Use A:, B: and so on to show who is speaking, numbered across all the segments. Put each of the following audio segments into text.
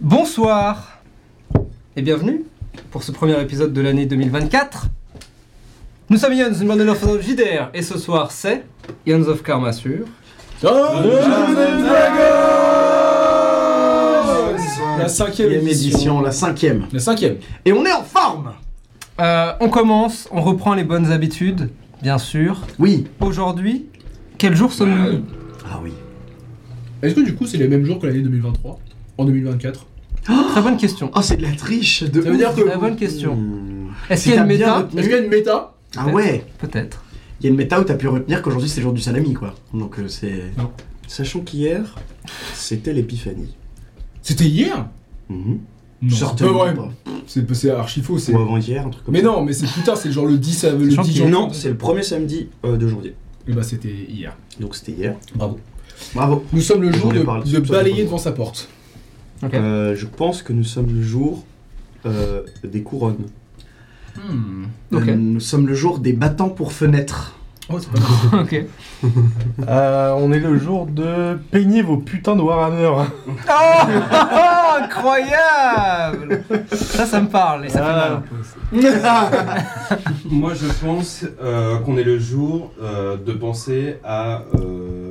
A: Bonsoir et bienvenue pour ce premier épisode de l'année 2024. Nous sommes Ions, une bande de nerfs dans JDR, et ce soir c'est Ions of Karma sur.
B: La cinquième
C: Deuxième
B: édition.
C: édition, la cinquième.
B: La cinquième.
C: Et on est en forme
A: Euh, on commence, on reprend les bonnes habitudes, bien sûr.
C: Oui.
A: Aujourd'hui, quel jour sommes-nous
C: Ah oui.
B: Est-ce que du coup c'est les mêmes jours que l'année 2023 En 2024
A: Très bonne question.
C: Oh, c'est de la triche de.
B: Ça veut dire que.
A: Très bonne question.
C: Hmm.
A: Est-ce
C: Si
A: qu'il y a une
C: t'as bien
A: méta
C: retenu-
B: Est-ce qu'il y a une méta
C: Ah ouais
A: Peut-être.
C: Il y a une méta où t'as pu retenir qu'aujourd'hui c'est le jour du salami, quoi. Donc euh, c'est.
B: Non.
C: Sachant qu'hier, c'était l'épiphanie.
B: C'était hier
C: Mhm.
B: Non.
C: Certainement
B: Ouais, ouais,
C: pas.
B: c'est c'est archi faux. c'est-
C: Ou avant-hier, un truc comme
B: Mais
C: ça.
B: non, mais c'est plus tard, c'est genre le 10 à- le
A: Sachant
B: 10
A: qu'il-
B: janvier.
C: Non, c'est le premier samedi euh, de janvier.
B: Et bah c'était hier.
C: Donc c'était hier.
B: Bravo.
C: Bravo.
B: Nous sommes le jour
C: voulais
B: de,
C: parler
B: de
C: de ça,
B: balayer
C: pardon.
B: devant sa porte.
A: Ok.
C: Euh, je pense que nous sommes le jour euh, des couronnes.
B: Hmm.
A: Ok.
C: Euh, nous sommes le jour des battants pour fenêtres.
B: Oh, c'est pas mal.
A: Ok.
D: Euh, on est le jour de peigner vos putains de Warhammer.
A: Oh, incroyable Ça, ça me parle et ça
C: Ah.
A: fait mal.
E: Moi, je pense euh, qu'on est le jour euh, de penser à euh,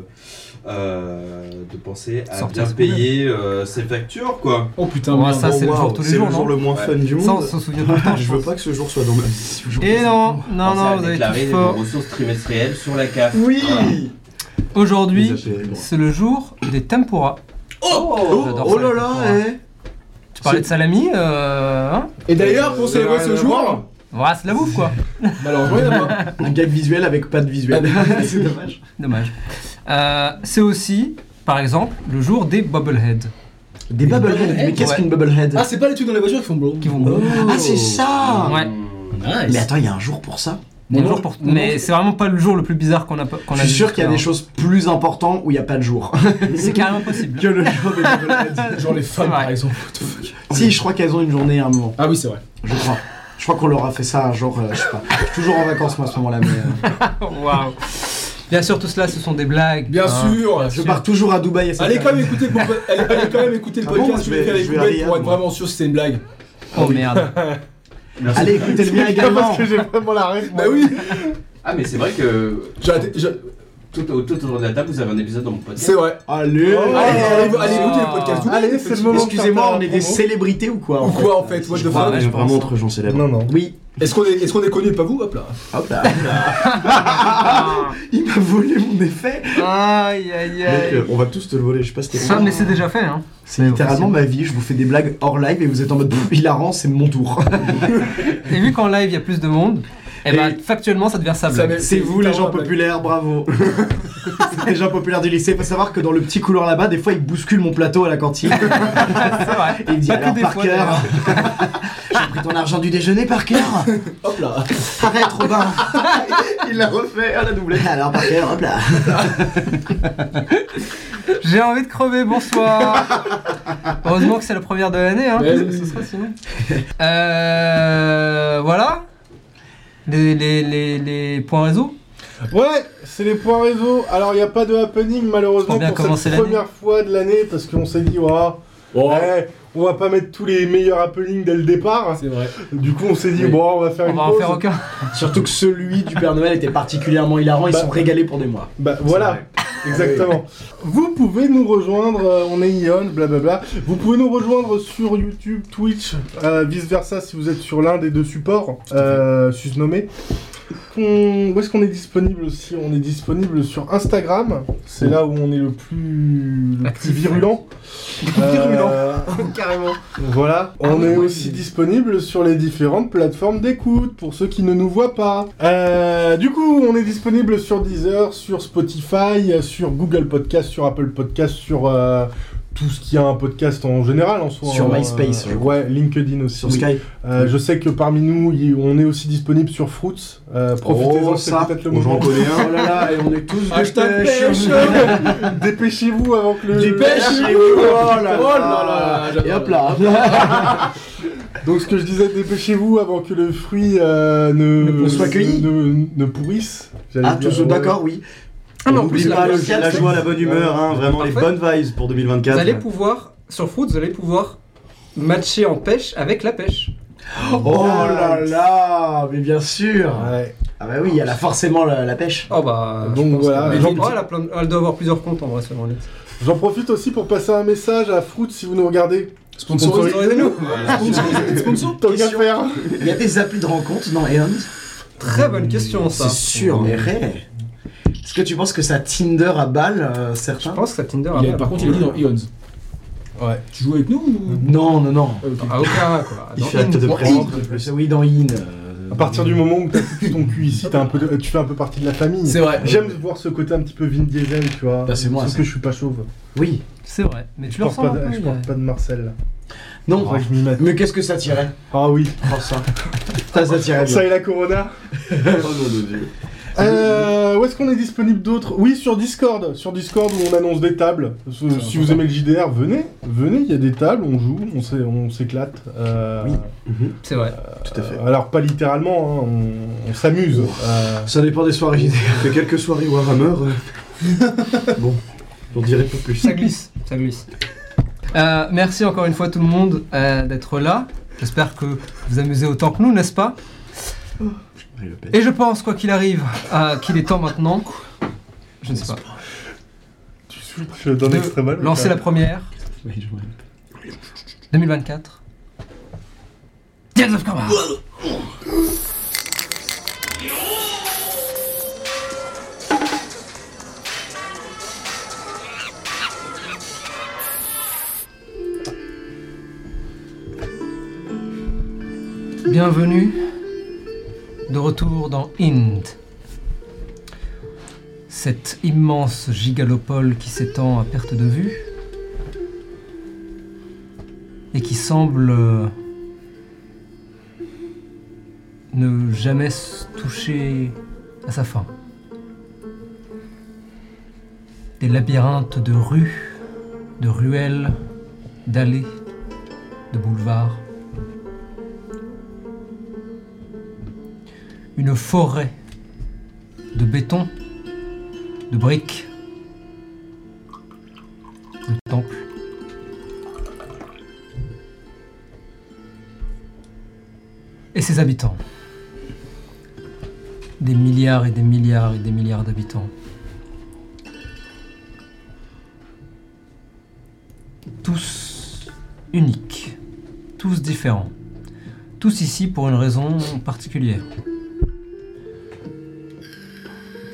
E: euh, de penser à
A: Sortir
E: bien
A: ce problème.
E: payer euh, ses factures, quoi.
B: Oh putain,
A: Ouais,
B: merde.
A: ça, c'est le jour
C: wow,
A: tous les
C: c'est
A: jours,
C: le
A: non
C: jour le moins
E: Ouais.
C: fun du monde.
A: Ça, on s'en souvient tout le temps, je
C: je veux
A: pense.
C: pas que ce jour soit dans ma vie. aujourd'hui.
A: Et non, non,
E: Pensez
A: non,
E: à
A: vous avez
E: déclarer
A: tout
E: des
A: fort.
E: ressources trimestrielles sur la CAF.
C: Oui
E: Voilà.
A: Aujourd'hui,
C: Les APL.
A: c'est le jour des tempura.
C: Oh,
A: J'adore
C: oh
A: ça,
C: là
A: les
C: là,
A: tempura.
C: eh
A: Tu parlais de salami, euh, hein
B: Et d'ailleurs, pour
D: Euh,
B: célébrer
D: rien
B: ce
D: à
B: jour,
D: voir.
A: Voilà, c'est la bouffe quoi.
B: malheureusement, il y en a pas.
C: Un gag visuel avec pas de visuel. c'est dommage.
A: Dommage. Euh, c'est aussi, par exemple, le jour des bobbleheads.
C: Des bubbleheads, mais qu'est-ce
A: Ouais.
C: qu'une bubblehead
B: Ah, c'est pas les trucs dans les voitures qui font bro. Oh.
A: Qui vont-
C: Ah, c'est ça
A: Ouais.
B: Nice.
C: Mais attends, il y a un jour pour ça
A: Il y a
B: Mon
A: le jour
B: ange-
A: pour-
B: mon
A: Mais
B: ange-
A: c'est vraiment pas le jour le plus bizarre qu'on a pas- qu'on
C: Je
A: a
C: suis
A: vu
C: sûr qu'il y a des
A: jusqu'à
C: choses plus importantes où il n'y a pas de jour
A: maintenant. C'est carrément possible.
C: que le jour des bubbleheads.
B: Genre les femmes
A: C'est vrai.
B: par exemple. What the fuck.
C: si, je crois qu'elles ont une journée à un moment,
B: Ah oui, c'est vrai.
C: je crois. Je crois qu'on leur a fait ça, genre, euh, je sais pas. Je suis toujours en vacances, moi, à ce moment-là, mais. euh,
A: Waouh. Bien sûr, tout cela, ce sont des blagues.
B: Bien
A: hein.
B: sûr.
C: je pars toujours à Dubaï et ça.
B: Allez quand même écouter le, po- allez, allez quand même écouter le
C: Ah bon,
B: podcast
C: je
B: que
C: vais-
B: j'ai fait avec
C: je vais
B: Google
C: aller,
B: pour être
C: moi.
B: vraiment sûr si c'est une blague.
A: Oh merde.
E: Merci.
C: Allez, écoutez le mien également
D: Parce que j'ai vraiment la ref.
B: Bah oui
E: Ah, mais c'est vrai que
B: J'ai arrêté- j'ai-
E: tout, au- tout autour de la table, vous avez un épisode dans mon podcast.
B: C'est vrai.
C: Allez
D: Oh,
B: allez, allez,
A: oh.
B: allez écouter le podcast Google.
D: Allez, c'est le moment.
C: Excusez-moi, on est des
D: Promo.
C: célébrités ou quoi
B: Ou quoi en fait What
C: Je
B: the
C: crois
B: fuck
C: qu'on est
A: Ouais, je
C: vraiment
A: pense.
C: entre gens célèbres.
D: Non, non.
C: Oui.
B: Est-ce qu'on est, est, qu'on est connu pas vous Hop là.
C: Hop là. Il m'a volé mon effet.
A: Aïe aïe
C: Mec,
A: aïe.
C: euh, on va tous te le voler, je sais pas si t'es
A: Ça, mais c'est déjà fait, hein.
C: C'est littéralement ma vie, je vous fais des blagues hors live et vous êtes en mode pff, hilarant, c'est mon tour.
A: Et vu qu'en live, il y a plus de monde, eh ben, factuellement, ça devient ça
B: Ça
A: blague.
B: met-
C: C'est vous les
B: littéralement
C: gens
B: la blague.
C: populaires, bravo. C'est les gens populaires du lycée, faut savoir que dans le petit couloir là-bas, des fois ils bousculent mon plateau à la cantine.
A: C'est vrai.
C: Et il me dit
A: Pas que
C: alors
A: des
C: par
A: fois,
C: cœur. J'ai pris ton argent du déjeuner par cœur.
B: Hop là.
C: Arrête Robin. il l'a refait à la doublette. Alors par cœur, hop là.
A: J'ai envie de crever, bonsoir Heureusement que c'est la première de l'année, hein
B: Ouais,
A: ce-
B: oui.
A: ce serait sinon. Euh, voilà les, les, les, les points réseau
D: Ouais, c'est les points réseau. Alors, il n'y a pas de happening malheureusement
A: Faut bien
D: pour
A: commencer
D: cette
A: l'année.
D: première fois de l'année parce qu'on s'est dit, Ouah,
B: Oh.
D: ouais, on va pas mettre tous les meilleurs happenings dès le départ.
B: C'est vrai.
D: Du coup, on s'est dit,
C: Oui.
D: bon, on va faire
A: On
D: une
A: va en
D: pause.
A: faire aucun.
C: Surtout que celui du Père Noël était particulièrement hilarant, ils
D: Bah.
C: sont régalés pour des mois.
D: Bah voilà, exactement. Vous pouvez nous rejoindre, euh, on est Ion, blablabla. Vous pouvez nous rejoindre sur YouTube, Twitch, euh, vice versa si vous êtes sur l'un des deux supports euh, susnommés. On- Où est-ce qu'on est disponible aussi On est disponible sur Instagram, c'est là où on est le plus, le plus
A: Actif.
D: virulent.
A: Virulent.
D: Euh,
A: Carrément.
D: voilà,
C: Ah,
D: on est aussi disponible sur les différentes plateformes d'écoute pour ceux qui ne nous voient pas. Euh, du coup, on est disponible sur Deezer, sur Spotify, euh, sur Google Podcast, sur Apple Podcast, sur euh, tout ce qui a un podcast en général en soi.
C: Sur
D: hein,
C: MySpace,
D: euh,
C: je
D: ouais, LinkedIn aussi.
C: Sur
D: oui.
C: Skype.
D: Euh, je sais que parmi nous, y- on est aussi disponible sur Fruits. Euh, Profitez-en,
C: Oh,
D: c'est
C: ça,
D: peut-être le
C: on
D: moment. Ah,
C: en connaît un. Oh là là, et on est tous
B: Hashtag pêche
D: Dépêchez-vous avant que le.
B: Dépêche
C: Oh là
B: Oh là
C: là
B: là,
C: Et hop là, hop là.
D: Donc ce que je disais, dépêchez-vous avant que le fruit euh, ne,
C: Ne soit cueilli.
D: ne- ne pourrisse. J'allais
C: Ah,
D: dire,
C: tous
D: ouais.
C: d'accord, oui.
A: Ah, mais en
C: N'oublie
A: plus,
C: pas
A: la-
C: le- la joie, la bonne humeur, hein, vraiment les
A: Parfait.
C: bonnes vibes pour
A: Vous allez
C: 2024.
A: pouvoir, sur Foot, vous allez pouvoir matcher en pêche avec la pêche.
C: Oh là là, mais bien sûr
D: Ouais.
C: Ah bah oui, il y a là forcément la, la pêche.
A: Oh bah. je
D: Donc
A: pense
D: voilà,
A: que- Mais
D: Jean-
A: Lynn- oh, elle, a plein de- elle doit avoir plusieurs comptes en vrai, selon Lynn.
D: J'en profite aussi pour passer un message à Fruit si vous nous regardez. Sponsorisez-
A: Sponsorisez-nous.
D: Sponsor, tant qu'à
C: Question.
D: faire.
C: Il y a des applis de rencontre dans Eons
A: Très bonne question ça.
C: C'est sûr, mais ré. Est-ce que tu penses que ça Tinder à balle, euh,
A: Je
C: certains
A: pense que la Tinder a
F: Il a-
A: mal.
F: par contre, il a dit dans Eons.
D: Ouais.
F: Tu joues avec nous ou...
C: Non, non, non.
F: Ah, ok.
A: Ah, aucun, quoi.
C: Il
A: Dans
C: fait acte de
A: une-
D: bon,
C: présence.
D: in.
C: de plus. Oui, dans In. euh,
D: À partir du moment où t'as ton cul ici, t'as un peu de- tu fais un peu partie de la famille.
F: C'est vrai.
D: J'aime voir ce côté un petit peu Vin Diesel, tu vois.
C: Bah, c'est moi,
D: Sauf
C: ça.
D: que je suis pas chauve.
C: Oui.
A: C'est vrai. Mais tu
D: je
A: le
D: porte
A: ressens
D: pas,
A: un
D: de-
A: peu.
D: je
A: il y a-
D: porte pas de Marcel.
C: Non.
D: Faudrait que je m'y mette.
C: Mais qu'est-ce que ça tirait
D: Ah oui.
C: Oh, ça. ça, ça tirait bien.
D: Ça et la Corona.
E: Oh non, de Dieu.
D: Euh, où est-ce qu'on est disponible d'autres Oui, sur Discord. Sur Discord où on annonce des tables. Si si vous aimez le JDR, venez. Venez, il y a des tables, on joue, on s'é- on s'éclate. Euh,
C: Oui.
A: C'est vrai.
C: Tout à fait.
D: euh, alors pas littéralement, hein, on, on s'amuse. Euh,
C: Ça dépend des soirées JDR.
E: Fait quelques soirées Warhammer. euh. bon, j'en dirai pas plus.
A: Ça glisse, ça glisse. Euh, merci encore une fois tout le monde euh, d'être là. J'espère que vous vous amusez autant que nous, n'est-ce pas
C: Marie Le Pen.
A: Et je pense, quoi qu'il arrive, euh, qu'il est temps maintenant. Je ne sais pas.
D: tu souffles d'un
A: de
D: extrême mal.
A: lancer la première.
C: Oui, je vois.
A: 2024. Tales of Combat Bienvenue de retour dans Ind. Cette immense gigalopole qui s'étend à perte de vue et qui semble euh, ne jamais s- toucher à sa fin. Des labyrinthes de rues, de ruelles, d'allées, de boulevards. Une forêt de béton, de briques, de temples. et ses habitants. Des milliards et des milliards et des milliards d'habitants. Tous uniques, tous différents, tous ici pour une raison particulière.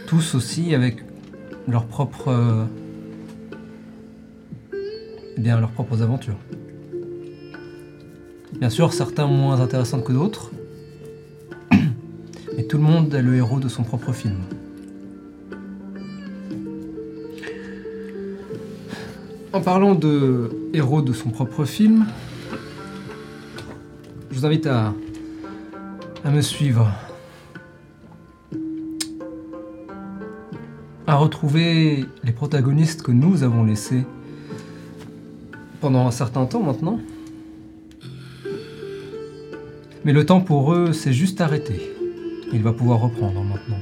A: Tous aussi avec leurs propres... euh, eh bien, leurs propres aventures. Bien sûr, certains moins intéressants que d'autres. Mais tout le monde est le héros de son propre film. En parlant de héros de son propre film, je vous invite à, à me suivre. À retrouver les protagonistes que nous avons laissés pendant un certain temps maintenant. Mais le temps pour eux, c'est juste arrêté. Il va pouvoir reprendre maintenant.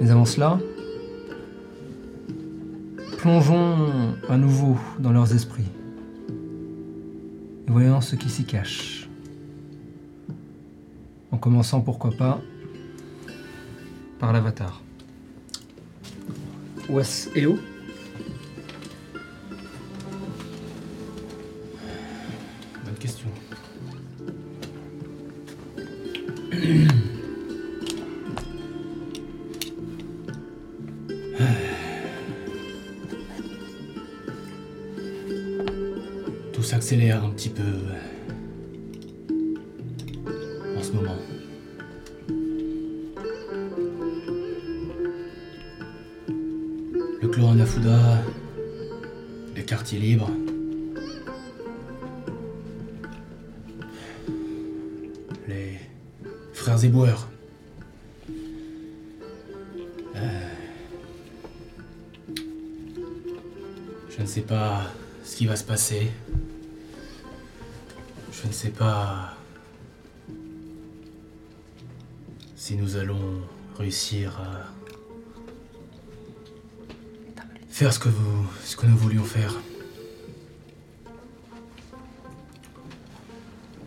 A: Mais avant cela, plongeons à nouveau dans leurs esprits. Et voyons ce qui s'y cache. En commençant, pourquoi pas, par l'avatar. Was Eo
F: Bonne question. Tout s'accélère un petit peu en ce moment. Le clan Anafuda, les quartiers libres, les frères éboueurs. Euh, Je ne sais pas ce qui va se passer. Je ne sais pas si nous allons réussir à faire ce que, vous, ce que nous voulions faire.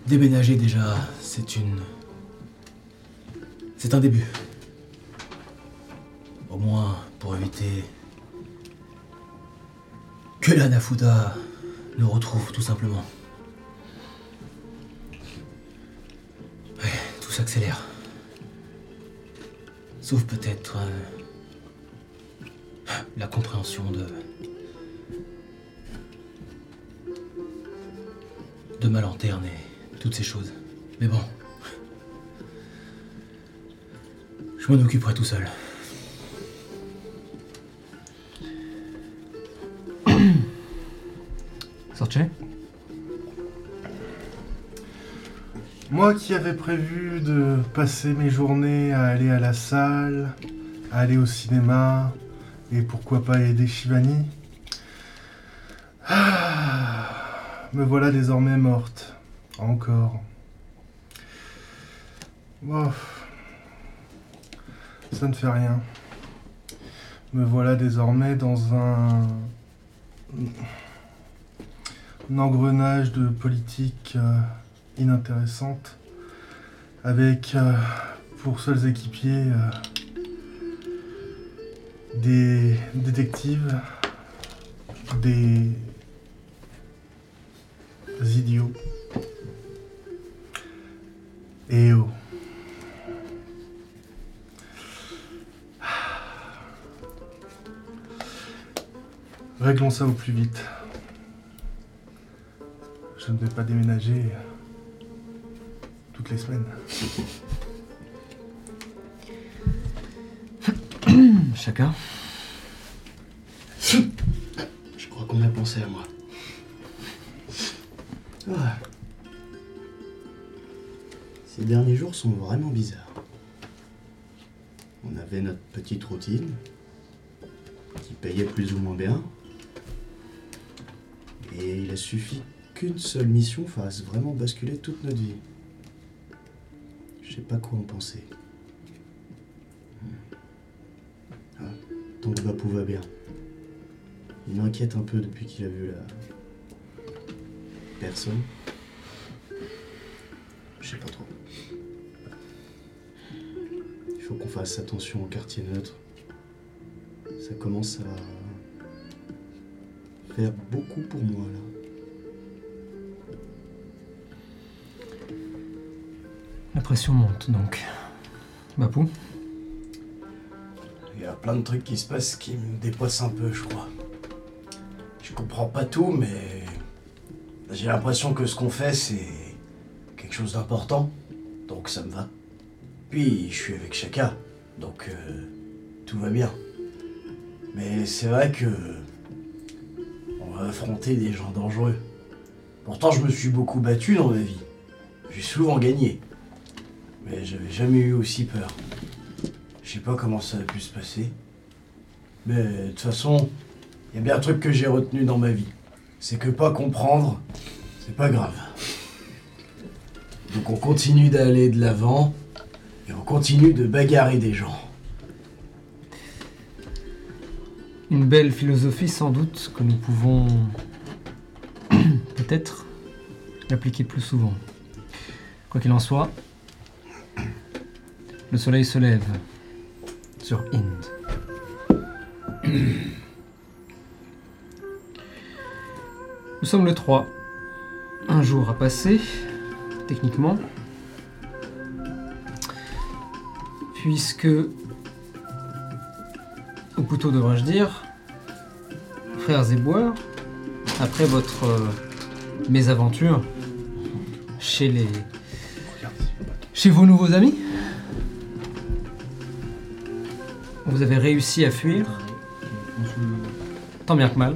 F: Déménager déjà, c'est une. C'est un début. Au moins pour éviter que la Nafuda nous retrouve tout simplement. Ouais, tout s'accélère. Sauf peut-être euh, la compréhension de. de ma lanterne et toutes ces choses. Mais bon. Je m'en occuperai tout seul.
A: Sortez.
D: Moi qui avais prévu de passer mes journées à aller à la salle, à aller au cinéma et pourquoi pas aider Shivani. Ah, me voilà désormais morte. Encore. Bof. Ça ne fait rien. Me voilà désormais dans un... un engrenage de politique. euh, inintéressante, avec euh, pour seuls équipiers euh, des détectives, des idiots. Et oh. Réglons ça au plus vite. Je ne vais pas déménager toutes les semaines.
A: Chacun.
F: Je crois qu'on a pensé à moi.
G: Ah,
F: Ces derniers jours sont vraiment bizarres. On avait notre petite routine, qui payait plus ou moins bien. Et il a suffi qu'une seule mission fasse vraiment basculer toute notre vie. Je sais pas quoi en penser. Ah, tant que Bapou va bien. Il m'inquiète un peu depuis qu'il a vu la personne. Je sais pas trop. Il faut qu'on fasse attention au quartier neutre. Ça commence à faire beaucoup pour moi là.
A: La pression monte donc. Bapou
C: Il y a plein de trucs qui se passent qui me dépassent un peu, je crois. Je comprends pas tout, mais j'ai l'impression que ce qu'on fait, c'est quelque chose d'important, donc ça me va. Puis je suis avec Chaka, donc euh, tout va bien. Mais c'est vrai que on va affronter des gens dangereux. Pourtant, je me suis beaucoup battu dans ma vie. J'ai souvent gagné, mais j'avais jamais eu aussi peur. Je sais pas comment ça a pu se passer. Mais de toute façon, il y a bien un truc que j'ai retenu dans ma vie. C'est que pas comprendre, c'est pas grave. Donc on continue d'aller de l'avant et on continue de bagarrer des gens.
A: Une belle philosophie sans doute que nous pouvons peut-être appliquer plus souvent. Quoi qu'il en soit, le soleil se lève sur Inde. Nous sommes le 3. Un jour à passer, techniquement. Puisque ou plutôt devrais-je dire, frères et bois, après votre euh, mésaventure chez les. chez vos nouveaux amis, vous avez réussi à fuir, tant bien que mal.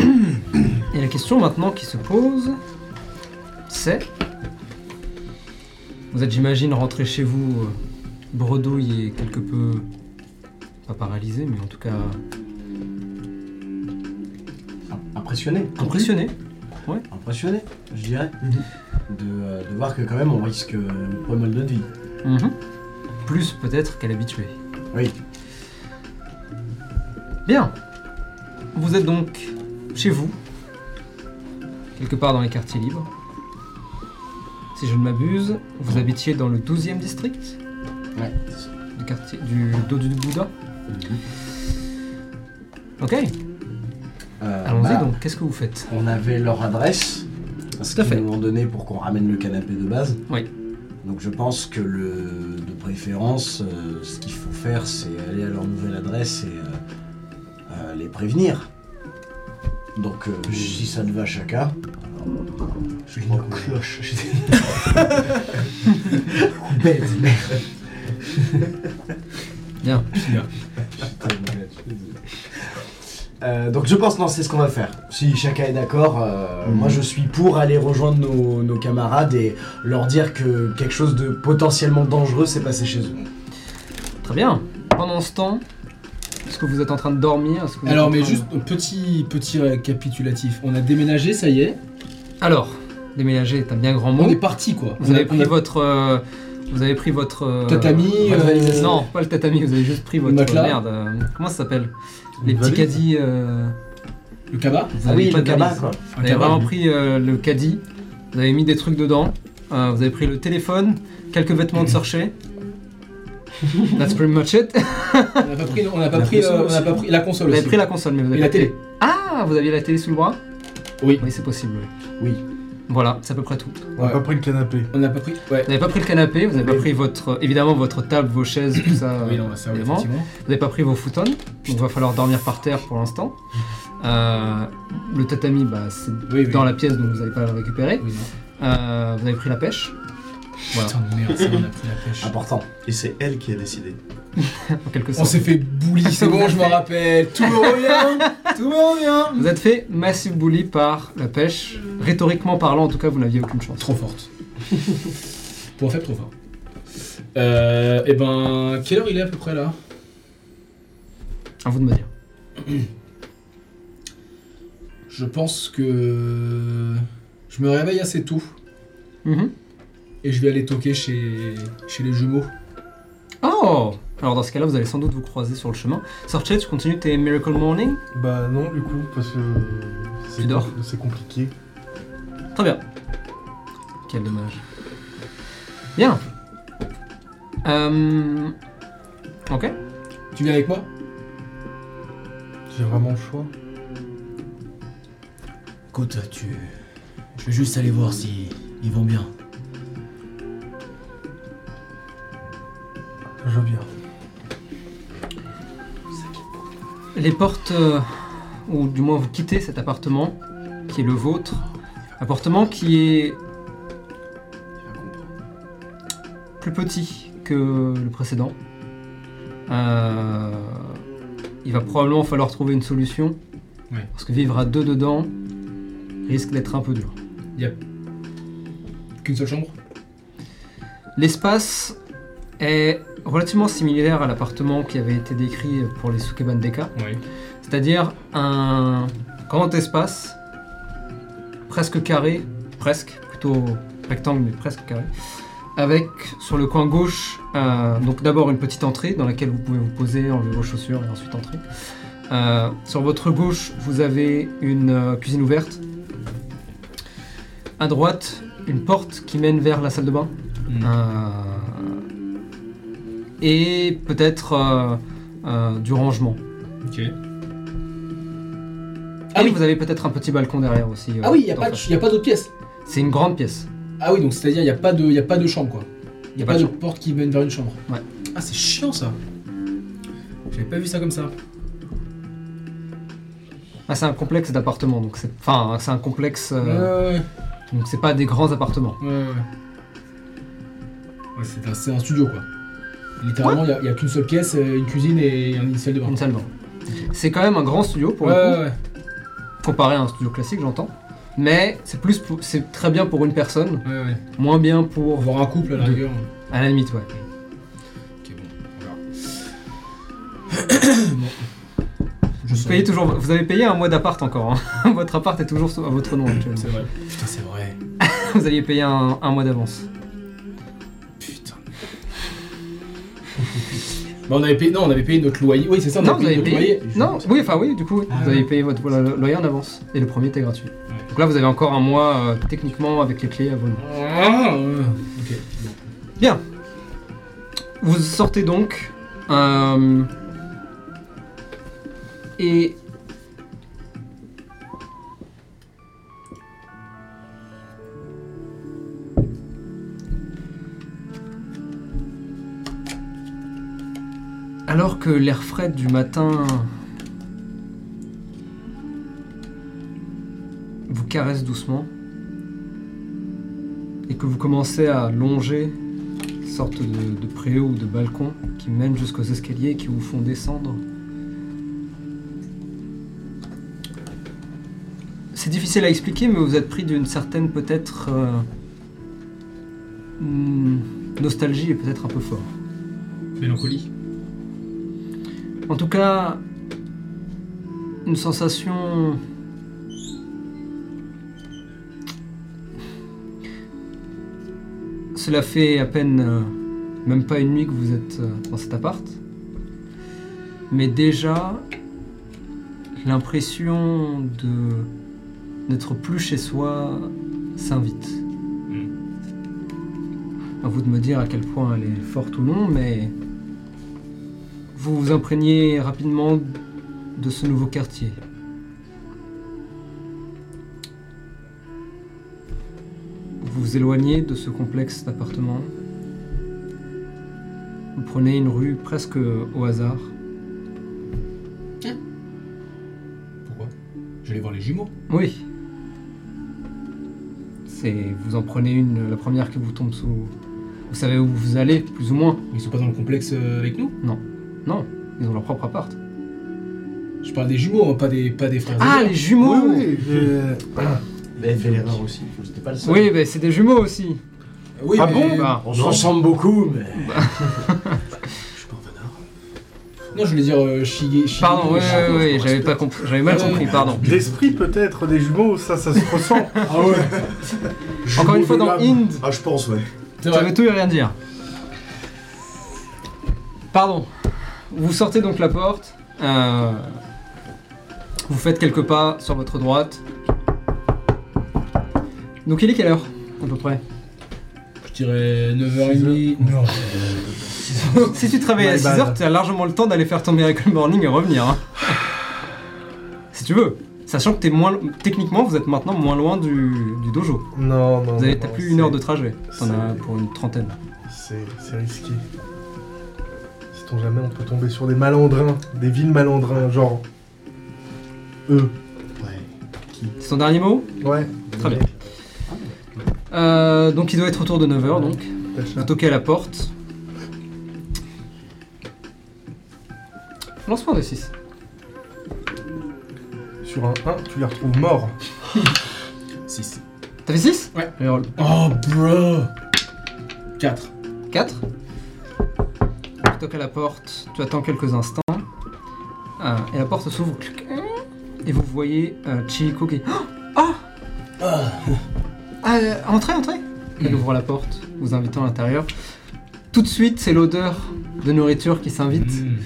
A: Et la question maintenant qui se pose, c'est vous êtes, j'imagine, rentré chez vous euh, bredouille et quelque peu. pas paralysé, mais en tout cas
C: Impressionné.
A: impressionné. Mhm.
C: Impressionné, je dirais. De, euh, de voir que quand même on risque euh, pas mal notre vie.
A: Plus peut-être qu'à l'habitué.
C: Oui.
A: Bien. Vous êtes donc chez vous, quelque part dans les quartiers libres. Si je ne m'abuse, vous habitiez dans le 12e district
E: Ouais.
A: du quartier du dos du Bouddha. Ok,
C: Euh,
A: allons-y
C: bah,
A: donc, qu'est-ce que vous faites
C: On avait leur adresse. Parce
A: Tout à
C: qu'ils
A: fait.
C: nous l'ont donné pour qu'on ramène le canapé de base.
A: Oui.
C: Donc je pense que le, de préférence, euh, ce qu'il faut faire, c'est aller à leur nouvelle adresse et euh, euh, les prévenir. Donc euh,
A: Mmh.
C: si ça ne va chacun, alors, je une cloche. Bête, merde.
A: Bien.
C: Euh, donc je pense non c'est ce qu'on va faire. Si chacun est d'accord, euh, moi je suis pour aller rejoindre nos, nos camarades et leur dire que quelque chose de potentiellement dangereux s'est passé chez eux.
A: Très bien. Pendant ce temps, est-ce que vous êtes en train de dormir Est-ce que vous êtes en
B: Alors, mais
A: train de-
B: juste un petit, petit récapitulatif. On a déménagé, ça y est.
A: Alors, déménager est un bien grand mot.
B: On est parti, quoi.
A: Vous
B: on
A: avez
B: a-
A: pris
B: on a-
A: votre. euh, vous avez pris votre. euh,
B: Tatami,
A: votre
B: euh,
A: valise- Non, pas le tatami, vous avez juste pris votre.
B: matelas.
A: Merde, euh, comment ça s'appelle Les petits
F: valise.
A: caddies. euh,
B: Le cabas.
A: vous avez pas de
C: Ah cabas,
A: valise.
C: quoi.
A: Vous avez vraiment pris euh, le caddie, vous avez mis des trucs dedans, euh, vous avez pris le téléphone, quelques vêtements de sorcher. That's pretty much it.
B: Oh, On n'a pas pris, on n'a pas
C: La
B: pris,
C: console
B: euh, on n'a
C: aussi.
B: pas pris la console.
A: Vous avez
B: aussi.
A: pris la console, mais vous avez
B: Et la
A: pas pris-
B: télé.
A: Ah, vous aviez la télé sous le bras
B: Oui.
A: Oui, c'est possible. oui.
C: Oui.
A: Voilà, c'est à peu près tout.
D: On n'a pas pris le canapé.
B: On n'a pas pris. Ouais.
A: Vous n'avez pas pris le canapé, vous n'avez pas pris votre, évidemment votre table, vos chaises, tout ça.
B: Oui, non, bah, ça, oui,
A: évidemment.
B: effectivement.
A: Vous n'avez pas pris vos futons, donc il va falloir dormir par terre pour l'instant. Euh, le tatami, bah, c'est
B: Oui, oui.
A: dans la pièce, donc vous n'allez pas le récupérer.
B: Oui, non.
A: Euh, vous avez pris la pêche, Voilà.
B: Putain de merde, ça, on a pris la pêche.
C: Important.
F: Et c'est elle qui a décidé.
A: en quelque
B: On
A: sorte.
B: s'est fait bully, c'est bon, je m'en rappelle. Tout me revient. Tout me revient.
A: Vous êtes fait massive bully par la pêche. Rhétoriquement parlant, en tout cas, vous n'aviez aucune chance.
B: Trop forte. Pour en fait, trop fort. Euh, et ben, quelle heure il est à peu près là
A: À vous de me dire.
B: Je pense que je me réveille assez tôt
A: Mhm.
B: et je vais aller toquer chez, chez les jumeaux.
A: Oh Alors dans ce cas-là, vous allez sans doute vous croiser sur le chemin. Sorchez, tu continues tes Miracle Morning
D: Bah non, du coup, parce que c'est
A: Tu dors.
D: c'est compliqué.
A: Très bien. Quel dommage. Bien. Euh... Ok.
B: Tu viens avec moi
D: J'ai vraiment le choix.
C: Écoute, tu. Je vais juste aller voir si ils vont bien.
D: Je viens.
A: Les portes, euh, ou du moins vous quittez cet appartement, qui est le vôtre. Appartement qui est plus petit que le précédent. Euh, il va probablement falloir trouver une solution.
B: Ouais.
A: Parce que vivre à deux dedans risque d'être un peu dur.
B: Qu'une seule chambre
A: L'espace est relativement similaire à l'appartement qui avait été décrit pour les Sukeban Deka.
B: Oui.
A: C'est-à-dire un grand espace, presque carré, presque, plutôt rectangle mais presque carré, avec sur le coin gauche, euh, donc d'abord une petite entrée dans laquelle vous pouvez vous poser, enlever vos chaussures et ensuite entrer. Euh, sur votre gauche, vous avez une euh, cuisine ouverte. À droite, une porte qui mène vers la salle de bain.
B: Mm.
A: Euh, et peut-être euh, euh, du rangement.
B: Ok.
A: Ah
B: Ah
A: et
B: oui.
A: vous avez peut-être un petit balcon derrière aussi. euh,
B: Ah oui, il n'y a
A: d'en
B: pas, de-
A: face.
B: y a pas d'autre pièce.
A: C'est une grande pièce.
B: Ah oui, donc c'est-à-dire il n'y a, pas de- y a pas de chambre quoi. Il n'y a, pas, de,
A: chambre.
B: porte qui mène vers une chambre.
A: Ouais.
B: Ah, c'est chiant ça. J'avais pas vu ça comme ça.
A: Ah, c'est un complexe d'appartements, donc c'est. Enfin, c'est un complexe. euh,
B: Ouais,
A: Donc c'est pas des grands appartements.
B: ouais, ouais. ouais. Ouais, c'est un, c'est un studio quoi. Littéralement, il n'y a, qu'une seule pièce, euh, une cuisine et une salle de bain.
A: Une salle de bain. C'est quand même un grand studio pour
B: ouais,
A: le coup,
B: ouais, ouais.
A: comparé à un studio classique, j'entends. Mais c'est plus, pour- c'est très bien pour une personne,
B: ouais, ouais.
A: moins bien pour.
B: Pour voir un couple à la
A: Deux.
B: rigueur.
A: À la limite, ouais.
B: Ok, bon, on verra. Je
A: Vous
B: sens-
A: payez toujours. Vous avez payé un mois d'appart encore. hein. votre appart est toujours sous- à votre nom actuellement.
B: C'est vrai. Putain, c'est vrai.
A: vous aviez payé un, un mois d'avance.
B: Putain. Bah, on avait payé, non, on avait payé notre loyer. Oui, c'est ça, on
A: Non,
B: avait
A: vous
B: Ah, payé
A: avez
B: notre
A: payé.
B: loyer.
A: Non, oui, enfin oui, du coup, oui.
B: Ah,
A: vous
B: ouais.
A: avez payé votre voilà, le loyer en avance. Et le premier était gratuit.
B: Ouais.
A: Donc là, vous avez encore un mois, euh, techniquement, avec les clés à vos noms.
B: Ah, ouais. Ok.
A: Vous sortez donc. euh, et. Alors que l'air frais du matin vous caresse doucement et que vous commencez à longer sorte de, de préau ou de balcon qui mène jusqu'aux escaliers et qui vous font descendre. C'est difficile à expliquer, mais vous êtes pris d'une certaine peut-être euh, hmm, nostalgie et peut-être un peu fort.
B: Mélancolie.
A: En tout cas, une sensation Cela fait à peine, euh, même pas une nuit que vous êtes euh, dans cet appart. Mais déjà, l'impression de n'être plus chez soi s'invite. À vous de me dire à quel point elle est forte ou non, mais vous vous imprégnez rapidement de ce nouveau quartier. Vous vous éloignez de ce complexe d'appartements. Vous prenez une rue presque au hasard.
B: Pourquoi J'allais voir les jumeaux.
A: Oui. C'est vous en prenez une, la première qui vous tombe sous. Vous savez où vous allez, plus ou moins.
B: Mais Ils sont pas dans le complexe euh, avec nous
A: Non, ils ont leur propre appart.
B: Je parle des jumeaux, hein, pas des, pas des frères.
A: Ah, les jumeaux.
D: Oui, oui, je-
C: Il avait fait l'erreur aussi. C'était pas le seul.
A: Oui, mais c'est des jumeaux aussi.
B: oui,
D: Ah
B: mais-
D: bon
A: Bah,
C: On se ressemble beaucoup, mais.
F: Je suis pas un vanard.
B: Non, je voulais dire euh, Shige. Shige-
A: pardon, oui, oui, oui,
F: je
A: j'avais pas compris, j'avais mal
B: Ouais,
A: compris,
B: ouais.
A: pardon.
D: L'esprit peut-être des jumeaux, ça, ça se ressent.
F: Ah ouais
A: Encore une fois dans Inde,
F: Ah, je pense, ouais.
B: C'est
A: ça
B: vrai.
A: veut tout et rien dire. Pardon. Vous sortez donc la porte. euh, vous faites quelques pas sur votre droite. Donc il est quelle heure à peu près
B: Je dirais 9h30. Non.
A: Si tu travailles à
D: My
A: 6
D: bad.
A: heures, tu as largement le temps d'aller faire ton Miracle Morning et revenir. hein. si tu veux. Sachant que t'es moins, techniquement, vous êtes maintenant moins loin du, du dojo.
D: Non, non.
A: Vous avez
D: non,
A: t'as
D: non,
A: plus une heure
D: bah, c'est-
A: de trajet. T'en
D: c'est-
A: as pour une trentaine.
D: C'est c'est risqué. Si on jamais, on peut tomber sur des malandrins, des villes malandrins, genre. Eux.
F: Ouais.
A: C'est ton dernier mot
D: Ouais.
A: Très bien. Euh, donc il doit être autour de 9h donc. Vous
D: T'achètes.
A: toquez à la porte. Lance-moi de 6.
D: Sur un 1, tu les retrouves morts.
B: Si, si.
A: T'as fait 6
B: Ouais.
A: Allez, roll.
B: Oh, bro 4.
A: 4. Tu toques à la porte, tu attends quelques instants. Euh, et la porte s'ouvre. clic, Et vous voyez euh, Chihiko qui. Ah Ah, euh, Entrez, entrez Elle ouvre la porte, vous invitant à l'intérieur. Tout de suite, c'est l'odeur de nourriture qui s'invite,
B: Hmm.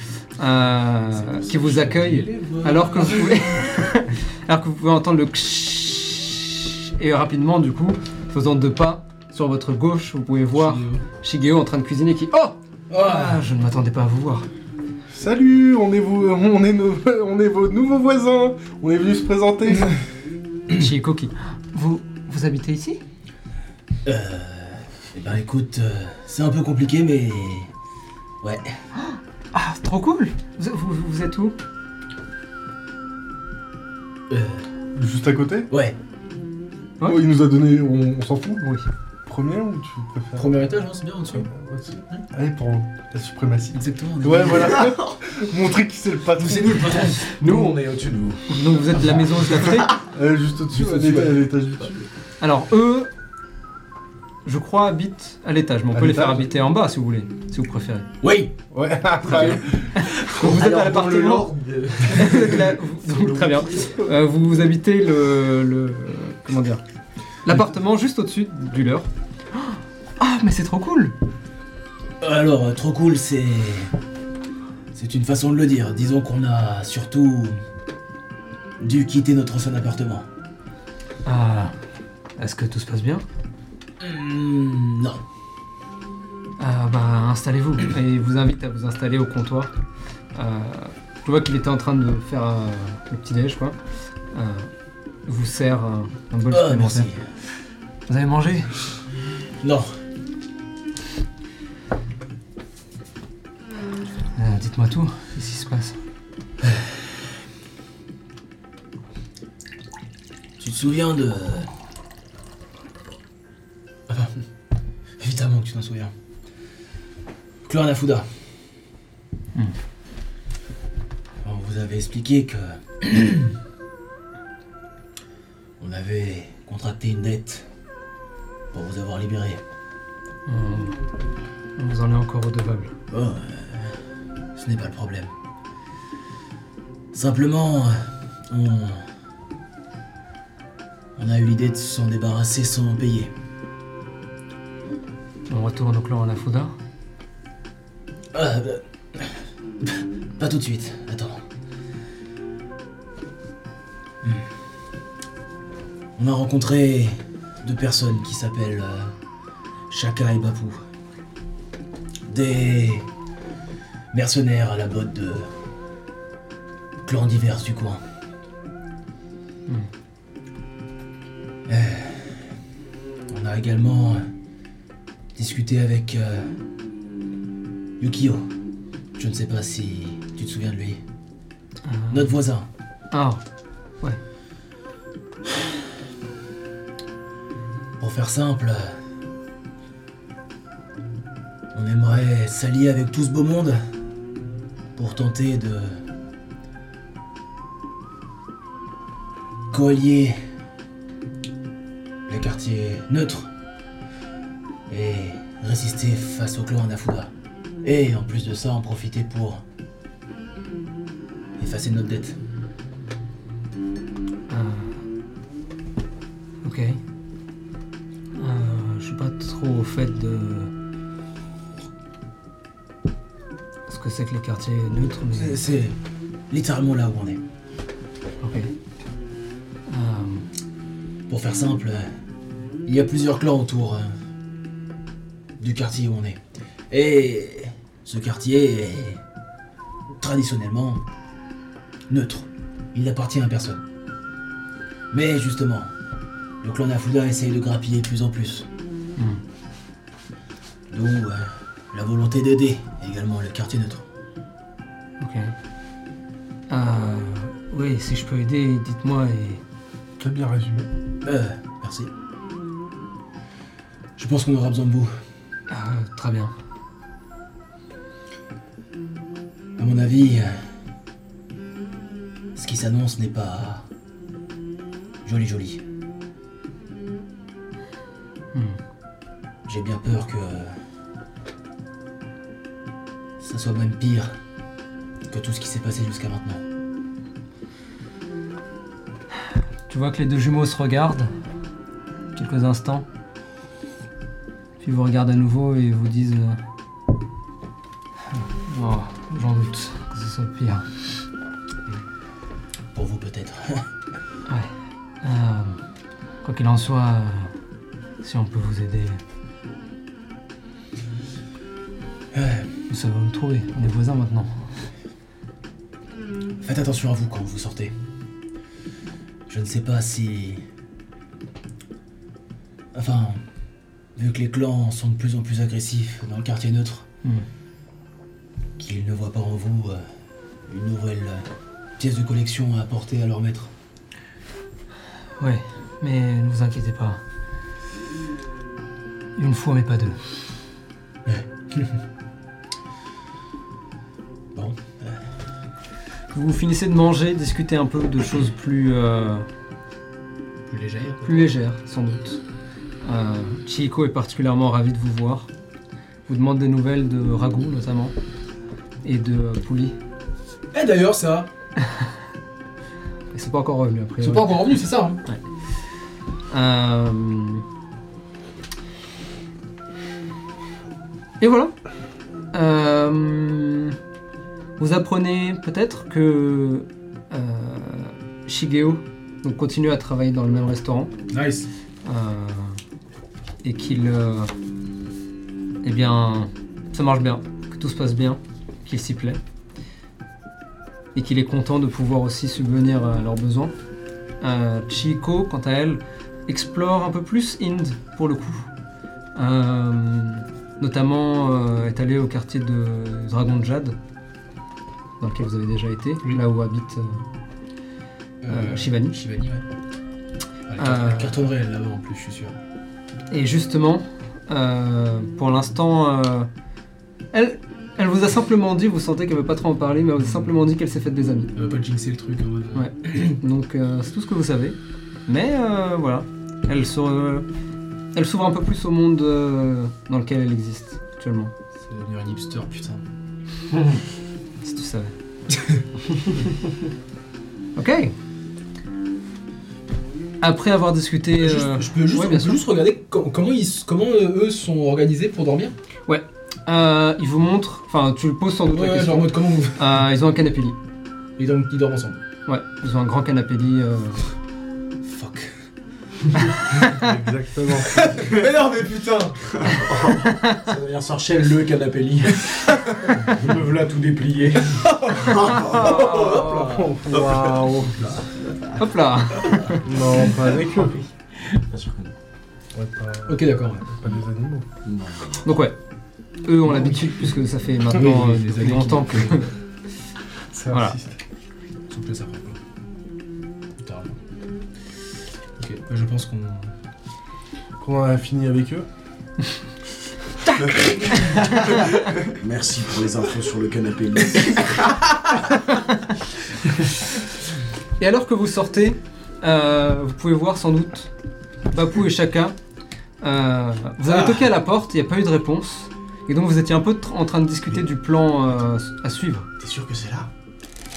A: euh, qui vous accueille. Alors que vous pouvez, alors que vous pouvez entendre le ksh et rapidement du coup, faisant deux pas sur votre gauche, vous pouvez voir
B: euh,
A: Shigeo en train de cuisiner qui oh ah je ne m'attendais pas à vous voir.
D: Salut, on est, vous, on, est nos- on est vos nouveaux voisins. On est venu se présenter.
A: Shigeo qui vous vous habitez ici
B: Eh ben écoute, euh, c'est un peu compliqué, mais. Ouais.
A: Ah trop cool. Vous, vous- vous- vous êtes où
D: Juste à côté
B: Ouais.
A: Ouais.
D: Oh, Il nous a donné. On, on s'en fout
A: Oui.
D: Premier ou tu préfères
B: Premier étage, hein, c'est bien en dessous.
D: Ouais, c'est- Allez, pour la suprématie.
B: Exactement.
D: Ouais, voilà. Montrer qui c'est le patron.
B: Vous c'est nous le patron.
C: Nous, on est au-dessus de vous.
A: Donc vous êtes de la maison juste à côté.
D: Euh, juste au-dessus,
B: Juste
D: à
B: au-dessus,
D: l'éta- à
B: ouais.
D: l'étage du dessus.
A: Alors eux je crois habitent à l'étage, mais on
D: À
A: peut les
D: l'étage
A: faire habiter en bas si vous voulez, si vous préférez.
B: Oui.
D: Ouais.
A: Donc, vous êtes à
C: dans le
A: l'appartement.
C: Nord, euh,
A: Vous êtes là- vous- donc, très bien. Euh, vous, vous habitez le, le- comment dire l'appartement juste au-dessus du leur. Ah mais c'est trop cool.
B: Alors, euh, trop cool, c'est. C'est une façon de le dire. Disons qu'on a surtout dû quitter notre ancien appartement.
A: Ah. Est-ce que tout se passe bien
B: Hmm, non.
A: Ah bah installez-vous. Et il vous invite à vous installer au comptoir. Euh, je vois qu'il était en train de faire euh, le petit déj quoi. Euh, vous sert euh, un bol
B: Oh, merci.
A: supplémentaire. Vous avez mangé
B: Non.
A: Euh, Dites-moi tout. Qu'est-ce qui se passe
B: Tu te souviens de. Enfin, évidemment que tu t'en souviens. Clan Nafuda.
A: Hmm.
B: On vous avait expliqué que. On avait contracté une dette pour vous avoir libéré.
A: on... Euh, on vous en est encore redevable.
B: Oh, euh, ce n'est pas le problème. Simplement, euh, on. On a eu l'idée de s'en débarrasser sans payer.
A: On retourne au clan à la Fouda.
B: Ah, euh, pas tout de suite, attends. Hmm. On a rencontré deux personnes qui s'appellent euh, Shaka et Bapu. Des mercenaires à la botte de clans divers du coin. Hmm. Euh, on a également euh, discuté avec euh, Yukio. Je ne sais pas si tu te souviens de lui. Notre voisin.
A: Ah,
B: Pour faire simple, on aimerait s'allier avec tout ce beau monde pour tenter de coallier les quartiers neutres et résister face au clan Anafuda. Et en plus de ça, en profiter pour effacer notre dette.
A: Euh, Ok. Euh, je suis pas trop au fait de ce que c'est que les quartiers neutres, mais
B: C'est- C'est littéralement là où on est.
A: ok. Euh,
B: Pour faire simple, euh, il y a plusieurs clans autour euh, du quartier où on est. Et ce quartier est traditionnellement neutre. Il n'appartient à personne. Mais justement, le clan Nafuda essaye de grappiller de plus en plus. D'où euh, la volonté d'aider également le quartier neutre.
A: ok. Euh, oui, si je peux aider, dites-moi et
D: Très bien résumé.
B: Euh, merci. Je pense qu'on aura besoin de vous.
A: Ah, très bien.
B: À mon avis, euh, ce qui s'annonce n'est pas joli joli. J'ai bien peur que ça soit même pire que tout ce qui s'est passé jusqu'à maintenant.
A: Tu vois que les deux jumeaux se regardent quelques instants, puis vous regardent à nouveau et vous disent. euh, Oh, j'en doute que ce soit pire.
B: Pour vous peut-être.
A: Ouais. Euh, quoi qu'il en soit, euh, si on peut vous aider,
B: Euh,
A: nous savons nous trouver. On est voisins maintenant.
B: Faites attention à vous quand vous sortez. Je ne sais pas si... Enfin, vu que les clans sont de plus en plus agressifs dans le quartier neutre,
A: Hmm.
B: qu'ils ne voient pas en vous euh, une nouvelle euh, pièce de collection à apporter à leur maître.
A: Ouais, mais ne vous inquiétez pas. Une fois, mais pas deux.
B: Bon,
A: Vous finissez de manger, discuter un peu de choses plus. euh,
B: plus légère.
A: plus légère, sans doute. Euh, Chihiko est particulièrement ravi de vous voir. Vous demande des nouvelles de Ragu, notamment, et de euh, Pouli.
B: Eh d'ailleurs ça,
A: Et c'est pas encore revenu, après.
B: c'est pas encore revenu, c'est ça hein
A: Euh, Et voilà. Euh, Vous apprenez peut-être que euh, Shigeo donc, continue à travailler dans le même restaurant
D: Nice.
A: euh, et qu'il, euh, eh bien, ça marche bien, que tout se passe bien, qu'il s'y plaît et qu'il est content de pouvoir aussi subvenir à leurs besoins. Euh, Chihiko, quant à elle, explore un peu plus Inde pour le coup. Euh, notamment euh, est allée au quartier de Dragon de Jade, dans lequel vous avez déjà été, là où habite euh, Euh, Shivani.
B: Shivani, ouais. Ah, la,
A: Euh.
B: carte, la carte réelle là-bas en plus, je suis sûr.
A: Et justement, euh, pour l'instant, euh, elle, elle vous a simplement dit, vous sentez qu'elle veut pas trop en parler, mais elle vous a simplement dit qu'elle s'est faite des amis.
B: Elle va pas jinxer Euh, le truc en mode. euh,
A: Ouais. Donc euh, c'est tout ce que vous savez. Mais euh, voilà, elle se, elle s'ouvre un peu plus au monde euh, dans lequel elle existe actuellement.
B: C'est devenir une hipster, putain.
A: Si tu savais. ok. Après avoir discuté,
B: Juste-
A: euh,
B: je peux juste,
A: ouais,
B: on
A: bien
B: peut
A: sûr.
B: juste regarder com- comment, ils, s- comment euh, eux sont organisés pour dormir.
A: euh, il vous montre, enfin tu le poses sans doute
B: Ouais,
A: la
B: ouais, genre en
A: question.
B: mode comment vous.
A: Euh, ils ont un canapé lit.
B: Ils dorment, ils dorment ensemble.
A: Ouais, ils ont un grand canapé lit. euh,
B: Fuck.
D: Exactement.
C: Mais non, mais putain Ça devient Sarchel, le canapé lit. me voilà tout déplié.
D: Waouh.
A: Hop là.
D: Non, pas avec eux.
F: Bien sûr que non.
D: Ouais, pas,
B: Ok, d'accord. ouais.
D: pas des animaux.
A: Donc ouais, eux ont l'habitude puisque ça fait maintenant
B: Oui,
A: euh,
B: les
A: depuis
B: années qui-
A: longtemps que.
D: C'est
A: Voilà.
D: raciste.
B: S'il vous plaît, ça prend quoi. Littéralement. Ok, bah, je pense qu'on.
D: Quand on a fini avec eux,
F: Merci pour les infos sur le canapé.
A: Et alors que vous sortez, euh, vous pouvez voir sans doute Bapu et Chaka. Euh, vous
B: Ah.
A: avez toqué à la porte, il n'y a pas eu de réponse. Et donc vous étiez un peu tr- en train de discuter du plan euh, à suivre.
F: T'es sûr que c'est là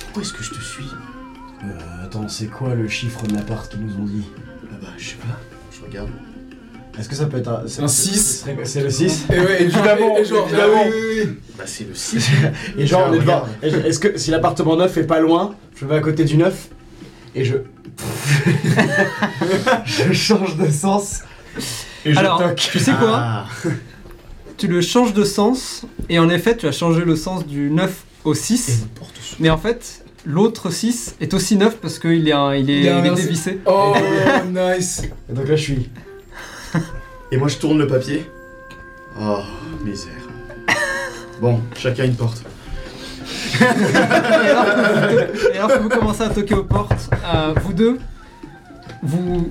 F: Pourquoi est-ce que je te suis
C: Euh, attends, c'est quoi le chiffre de l'appart qu'ils nous ont dit
F: Ah bah, je sais pas. Je regarde.
C: Est-ce que ça peut être un... c'est-
B: Un
C: c'est-
B: six.
C: ce serait- C'est le 6
B: Et ah ouais,
D: évidemment, évidemment.
F: Bah, c'est le 6.
C: Et genre, on est devant.
F: Regarde.
C: Et je- Est-ce que si l'appartement 9 est pas loin, je vais à côté du 9 et je. je change de sens et je
A: Alors,
C: toque.
A: tu sais quoi
F: Ah.
A: Tu le changes de sens, et en effet, tu as changé le sens du 9 au 6. Mais en fait, l'autre 6 est aussi 9 parce qu'il est, un- il est,
B: Il y a
A: il est
B: un-
A: dévissé.
B: Oh, nice.
C: Et donc là, je suis.
F: Et moi, je tourne le papier. Oh, misère. Bon, chacun une porte.
A: Et alors que vous- et alors que vous commencez à toquer aux portes, euh, vous deux, vous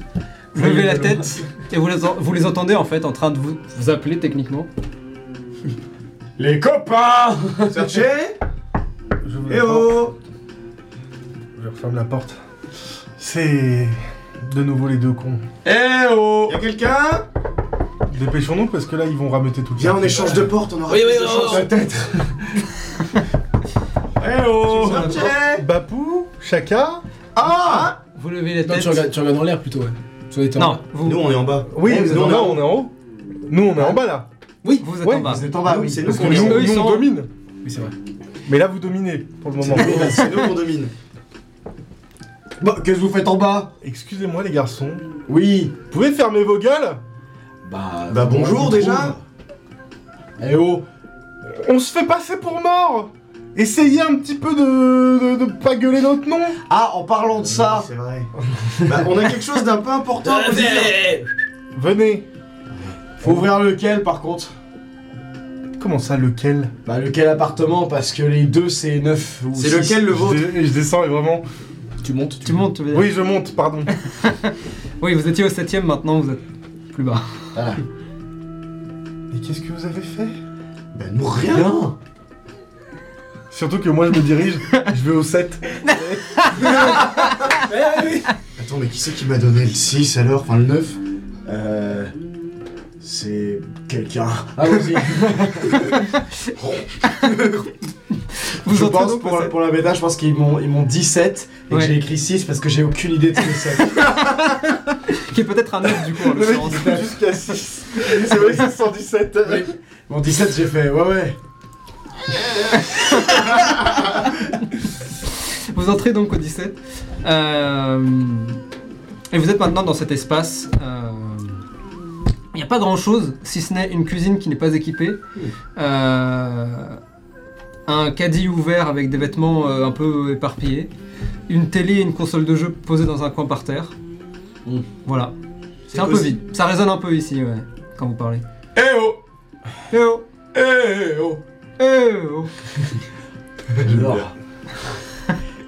A: levez la tête et vous les, en- vous les entendez en fait en train de vous, vous appeler techniquement.
C: Les copains
G: Cherchez
D: je vous
G: Eh oh
D: Je referme la porte. C'est de nouveau les deux cons.
C: Eh oh
G: Y'a quelqu'un
D: Dépêchons-nous parce que là ils vont rameuter tout le
F: Viens, on
D: quartier.
F: échange de porte, on aura
B: Oui,
F: plus
B: oui,
F: de
B: oui,
F: chance.
B: oui.
C: Peut-être Eh oh
G: Cherchez
D: Bapou, Chaka.
G: Ah
A: Vous levez la
B: Non,
A: tête.
B: tu regardes, tu regardes en l'air plutôt, ouais. Toi, t'es en
A: Non,
B: bas.
A: vous,
F: Nous, on est en bas.
D: Oui,
F: Eh, vous êtes
D: nous
F: en
D: là
F: bas.
D: on est en haut. Nous on est en bas là.
A: vous êtes
D: Ouais,
A: en bas.
F: Vous êtes en bas, Ah, bah oui, c'est nous
D: Parce que
F: qu'on est en
D: nous,
A: eux, ils
D: nous,
A: sont en
D: on
A: haut.
D: domine.
B: Oui, c'est vrai.
D: Mais là vous dominez pour le moment.
F: bas. C'est nous qu'on domine. Bah,
C: Bon, qu'est-ce que vous faites en bas
D: Excusez-moi les garçons.
C: Oui
D: Vous pouvez fermer vos gueules
C: Bah,
F: Bah, bonjour déjà.
C: Eh oh
D: On se fait passer pour mort Essayez un petit peu de, de, de pas gueuler notre nom
C: Ah, en parlant de ça
F: C'est vrai. Bah, on a quelque chose d'un peu important à vous dire.
D: Venez
C: Faut ouvrir lequel par contre
D: Comment ça lequel
C: Bah lequel appartement parce que les deux c'est 9 ou
F: C'est
C: six.
F: lequel le
D: je,
F: vôtre
D: dé- je descends et vraiment.
B: Tu montes,
A: Tu montes, tu veux dire.
D: Oui je monte, pardon.
A: Oui, vous étiez au 7 maintenant vous êtes plus bas.
D: Mais qu'est-ce que vous avez fait
F: Bah, nous rien.
C: Bien
D: Surtout que moi je me dirige, je vais au 7.
F: Attends, mais qui c'est qui m'a donné le 6 alors Enfin, le 9
C: Euh...
F: C'est quelqu'un.
C: Ah vas-y
A: Vous
C: Je
A: entrez
C: pense
A: donc au
C: pour,
A: sept.
C: pour la bêta je pense qu'ils m'ont ils m'ont 17 et
A: Ouais.
C: que j'ai écrit 6 parce que j'ai aucune idée de ce que c'est.
A: Qui est peut-être un 9 du coup en
D: Le mec
A: l'occurrence.
D: il fait jusqu'à 6. C'est vrai que c'est 117.
C: Mon 17 j'ai fait ouais ouais
A: Vous entrez donc au 17. euh, et vous êtes maintenant dans cet espace. euh, Il n'y a pas grand chose, si ce n'est une cuisine qui n'est pas équipée. euh, un caddie ouvert avec des vêtements euh, un peu éparpillés. Une télé et une console de jeu posées dans un coin par terre.
E: Mm.
A: Voilà. C'est un peu
E: possible.
A: vide. Ça résonne un peu ici, ouais, quand vous parlez.
E: Eh oh
A: Eh oh
E: Eh oh
A: Eh oh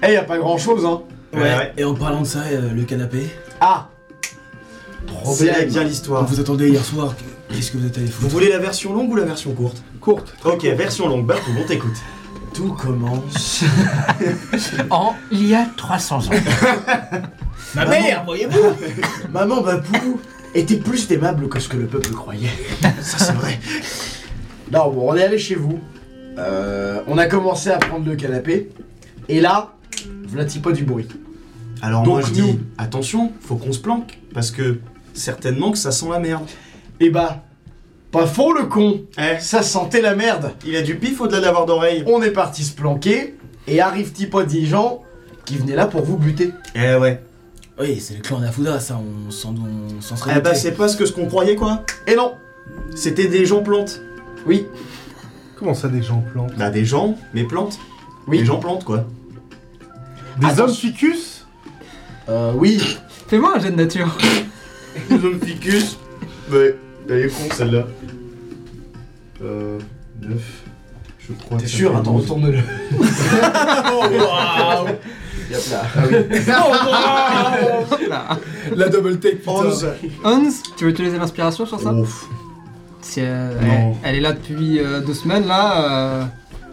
G: Eh, y a pas grand chose, hein.
B: Ouais. Et en parlant de ça, euh, le canapé.
G: Ah
F: Trop bien, bien l'histoire.
B: Vous attendez hier soir. que- Qu'est-ce que vous êtes allé
F: Vous
B: foutre
F: voulez la version longue ou la version courte
D: Courte.
F: Ok, version longue, bah on t'écoute.
C: Tout commence.
H: En il y a 300 ans.
B: Ma mère voyez-vous
C: Maman Bapou était plus aimable que ce que le peuple croyait. Ça, c'est vrai. Non, bon, on est allé chez vous. Euh, on a commencé à prendre le canapé. Et là, v'là-t-il pas du bruit.
F: Alors
C: Donc,
F: moi je
C: nous.
F: dis, attention, faut qu'on se planque, parce que certainement que ça sent la merde.
C: Et bah, pas faux le con
F: Eh,
C: Ça sentait la merde
F: il a du pif au-delà de la barre d'oreille.
C: On est parti se planquer. Et arrive-t-il pas des gens qui venaient là pour vous buter
F: Eh ouais.
B: Oui, c'est le clan d'Afuda, ça, on s'en on s'en serait
F: Eh bah
B: douté.
F: c'est pas ce que ce qu'on croyait quoi.
C: Et Eh non
F: C'était des gens plantes.
C: Oui
D: Comment ça, des gens plantes
F: Bah des gens, mais plantes.
C: Oui.
F: Des gens plantes quoi.
D: Des
C: Attention.
D: hommes ficus
C: Euh, oui
A: Fais-moi un jet de nature.
F: Des hommes ficus. Ouais, elle est con celle-là. Euh. 9. Je crois.
C: T'es sûr Attends, retourne-le. Waouh Y'a là.
F: Ah
A: Hop là.
B: La double take, putain.
F: 11.
A: Hans, tu veux utiliser l'inspiration sur ça
F: Ouf.
A: Si, euh, elle,
F: Non.
A: elle est là depuis euh, deux semaines, là, euh,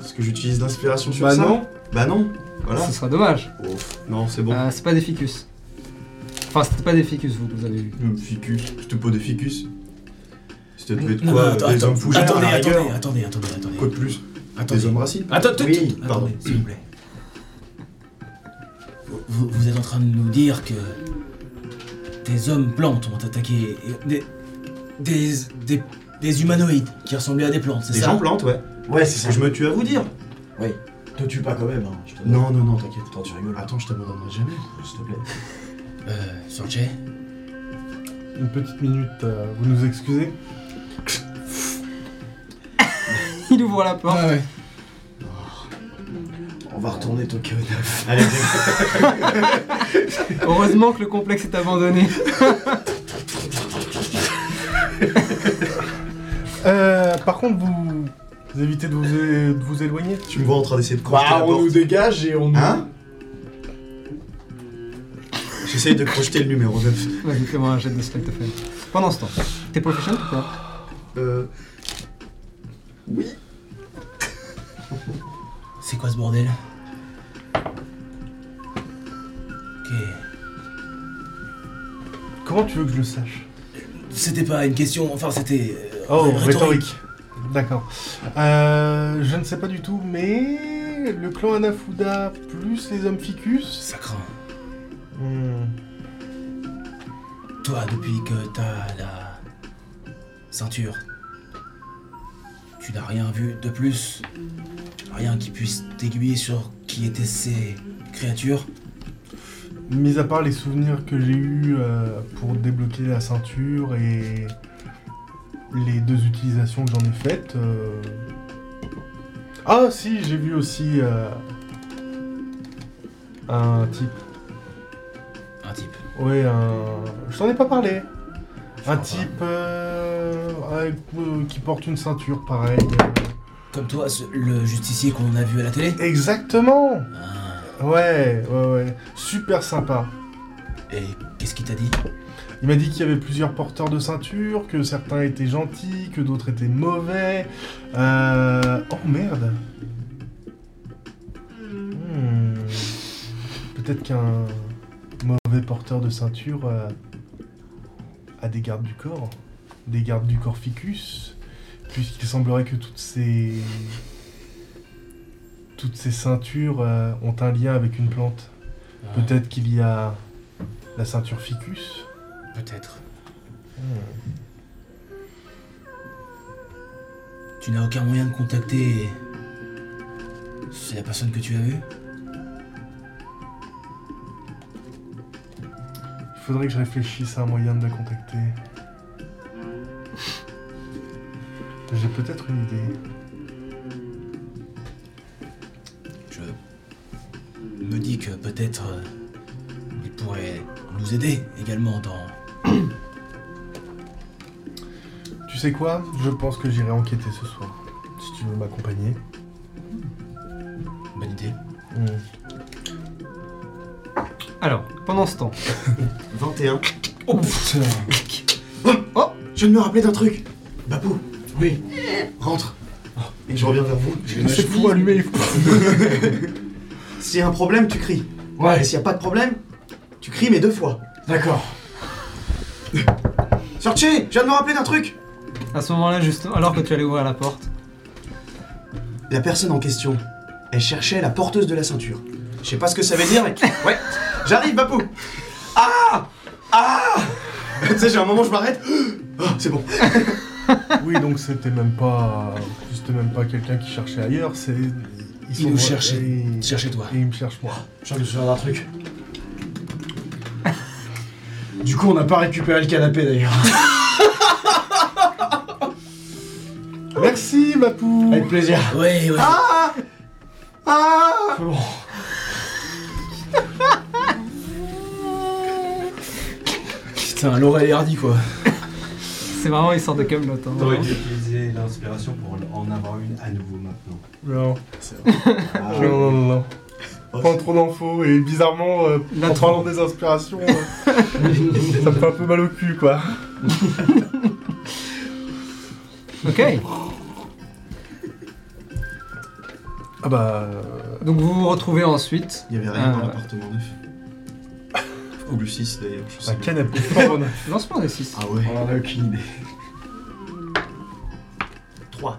F: Est-ce que j'utilise l'inspiration sur
D: Bah
F: ça
D: non.
F: Bah non. Voilà.
A: ce serait dommage.
F: Ouf. Non, c'est bon.
A: Euh, c'est pas des ficus. Enfin, c'était pas des ficus, vous, que vous avez vu.
F: Hum, Ficus, je te pose des ficus. C'était devait être
B: Non,
F: quoi
B: non, attends,
F: euh, Des
B: attends,
F: hommes fougères
B: attendez,
F: à la rigueur.
B: attendez, attendez, attendez, attendez.
F: Quoi de plus
B: Attendez.
F: Des hommes racines
B: Attends, attends,
C: Oui,
B: attends,
F: pardon.
B: attendez, s'il vous plaît. Vous, vous êtes en train de nous dire que des hommes plantes ont attaqué et- des, des, des, des humanoïdes qui ressemblaient à des plantes, c'est
F: Des
B: ça
F: gens plantes, ouais.
C: Ouais, c'est ça.
F: Je me tue à vous dire.
C: Te tue pas quand même, hein. je te-
F: Non, non, non, t'inquiète.
C: Attends, tu rigoles.
F: Attends, je t'abandonnerai jamais, s'il te plaît.
B: Euh, Sorche,
D: Une petite minute, euh, vous nous excusez
A: Il ouvre la porte.
F: Ah
B: ouais.
C: On va retourner ton KO9.
F: Allez, viens.
A: Heureusement que le complexe est abandonné.
D: Euh, par contre, vous, vous évitez de vous, é- de vous éloigner
F: tu me vois en train d'essayer de crocheter
C: Bah,
F: la
C: on
F: porte.
C: nous dégage et on nous.
F: Hein J'essaye de crocheter le numéro 9.
A: Vas-y, fais-moi un jet de spectre Pendant ce temps, t'es professionnel ou pas
F: Euh,
B: C'est quoi ce bordel Ok.
D: Comment tu veux que je le sache
B: C'était pas une question, enfin c'était. euh,
D: Oh,
B: rhétorique.
D: rhétorique. D'accord. Euh, je ne sais pas du tout, mais le clan Anafuda plus les hommes ficus.
B: Ça craint.
D: Hmm.
B: Toi, depuis que t'as la ceinture, tu n'as rien vu de plus. Rien qui puisse t'aiguiller sur qui étaient ces créatures.
D: Mis à part les souvenirs que j'ai eus euh, pour débloquer la ceinture et les deux utilisations que j'en ai faites. euh, Ah si, j'ai vu aussi euh, un type.
B: Un type.
D: Ouais, un... je t'en ai pas parlé. Un type euh, avec- euh, qui porte une ceinture, pareil.
B: Comme toi, ce- le justicier qu'on a vu à la télé.
D: Exactement
B: Ah,
D: Ouais, ouais, ouais. Super sympa.
B: et qu'est-ce qu'il t'a dit
D: Il m'a dit qu'il y avait plusieurs porteurs de ceinture, que certains étaient gentils, que d'autres étaient mauvais. Euh... Oh merde. Hmm. Peut-être qu'un mauvais porteur de ceinture euh, a des gardes du corps, des gardes du corps ficus, puisqu'il semblerait que toutes ces toutes ces ceintures euh, ont un lien avec une plante. Peut-être qu'il y a la ceinture ficus.
B: Peut-être. Tu n'as aucun moyen de contacter C'est la personne que tu as vue
D: Il faudrait que je réfléchisse à un moyen de la contacter. J'ai peut-être une idée.
B: Je me dis que peut-être euh, il pourrait nous aider également dans...
D: Tu sais quoi Je pense que j'irai enquêter ce soir. Si tu veux m'accompagner.
B: Bonne idée.
A: Alors, pendant ce temps,
F: 21.
B: Oh putain
F: Oh, Je viens de me rappeler d'un truc. Babou. Oui. Rentre.
B: Oh.
F: Et je reviens vers vous.
D: C'est fou allumé.
F: S'il y a un problème, tu cries.
C: Ouais.
F: Et s'il n'y a pas de problème, tu cries mais deux fois.
C: D'accord.
F: Sortez, je viens de me rappeler d'un truc.
A: à ce moment-là, juste alors que tu allais ouvrir la porte,
F: La personne en question, elle cherchait la porteuse de la ceinture. Je sais pas ce que ça veut dire, mais... Ouais. J'arrive, Babou. Ah Ah Tu sais, j'ai un moment, je m'arrête. Ah, c'est bon.
D: Oui, donc c'était même pas, c'était même pas quelqu'un qui cherchait ailleurs. C'est ils
B: nous
D: vra-
B: cherchaient.
D: Et,
B: Cherchez-toi.
D: et ils me cherchent moi.
C: Je viens de me souvenir d'un truc. Du coup, on n'a pas récupéré le canapé d'ailleurs.
D: Merci Mapou.
C: Avec plaisir.
B: Ouais, ouais.
F: Ah
C: Bon.
B: Putain, Laura et Hardy quoi.
A: c'est vraiment une sorte de Camelot. hein,
E: T'aurais
A: vraiment.
E: dû utiliser l'inspiration pour en avoir une à nouveau maintenant.
D: Non,
C: Ah,
D: non, non, non, non. Prends trop d'infos et bizarrement, euh,
A: Là,
D: en
A: tu-
D: parlant des inspirations, euh, ça me fait un peu mal au cul quoi.
A: Ok.
D: Ah bah. euh,
A: Donc vous vous retrouvez ensuite.
F: Il n'y avait rien dans
A: Ah.
F: l'appartement neuf. Ou le 6 d'ailleurs, je sais
D: Un
F: pas.
D: canapé porn.
A: Lancement des 6.
F: Ah ouais.
C: On en a aucune idée.
F: 3.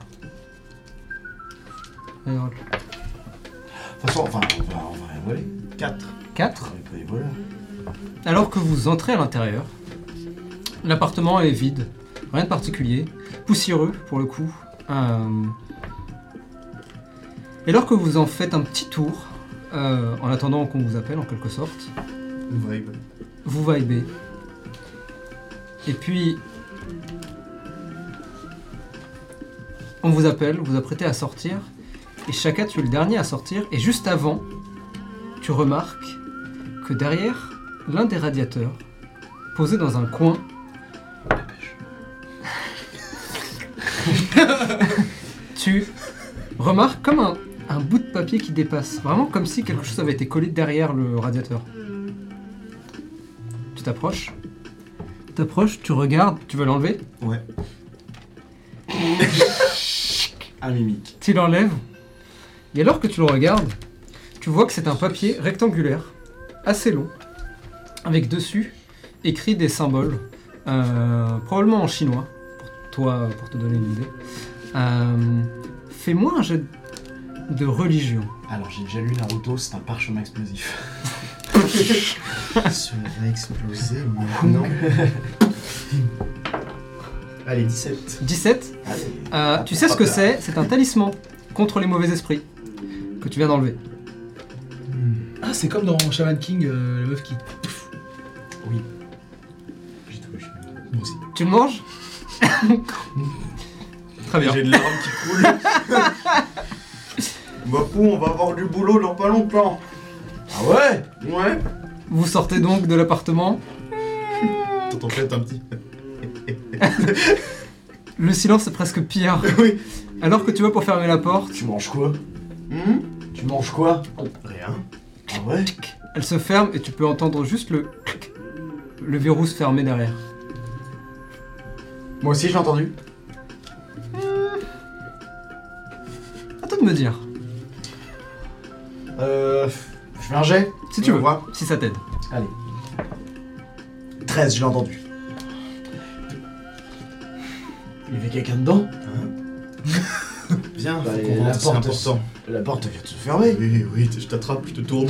F: Ah.
C: De toute façon, enfin, on va, on va y voler.
F: 4.
A: 4.
C: On peut y voler.
A: Alors que vous entrez à l'intérieur, l'appartement est vide. Rien de particulier. Poussiéreux pour le coup. Euh, Et alors que vous en faites un petit tour, euh, en attendant qu'on vous appelle en quelque sorte,
F: Une vibe.
A: vous vibez. Et puis, on vous appelle, vous apprêtez à sortir, et Chaka, tu es le dernier à sortir, et juste avant, tu remarques que derrière l'un des radiateurs, posé dans un coin, tu remarques comme un, un bout de papier qui dépasse, vraiment comme si quelque chose avait été collé derrière le radiateur. Tu t'approches. T'approches, tu regardes, tu veux l'enlever,
F: Ouais. Un mimique.
A: tu l'enlèves. Et alors que tu le regardes, tu vois que c'est un papier rectangulaire, assez long, avec dessus écrit des symboles, euh, probablement en chinois, pour toi, pour te donner une idée. Euh, Fais-moi un jet de religion.
F: Alors j'ai déjà lu Naruto, c'est un parchemin explosif. Cela va exploser maintenant. Allez, 17.
A: 17.
F: Allez.
A: Euh, tu sais ce que c'est C'est un talisman contre les mauvais esprits que tu viens d'enlever.
B: Ah, c'est comme dans Shaman King, euh, la meuf qui.
F: J'ai tout, je suis même
B: Moi aussi.
A: Tu le manges Très bien.
F: J'ai de larmes qui coulent. Bapou, on va avoir du boulot dans pas longtemps.
C: Ah ouais
F: Ouais.
A: Vous sortez donc de l'appartement.
F: T'entends peut-être un petit.
A: Le silence est presque pire.
F: Oui.
A: Alors que tu vas pour fermer la porte,
C: Tu manges quoi
F: Hmm Oh,
C: Tu manges quoi
F: Rien.
C: Ah ouais
A: elle se ferme et tu peux entendre juste le clic, le verrou se fermer derrière.
C: Moi aussi, je l'ai entendu.
A: Attends de me dire,
C: Euh. Je fais un jet
A: si tu
C: On
A: veux,
C: voit.
A: si ça t'aide.
F: 13, je l'ai entendu.
C: Il y avait quelqu'un dedans
F: Viens,
C: Bah,
F: faut
C: et
F: qu'on
C: la
F: rentre, c'est
C: porte
F: important.
C: La porte vient de se fermer.
F: Oui, oui, je t'attrape, je te tourne.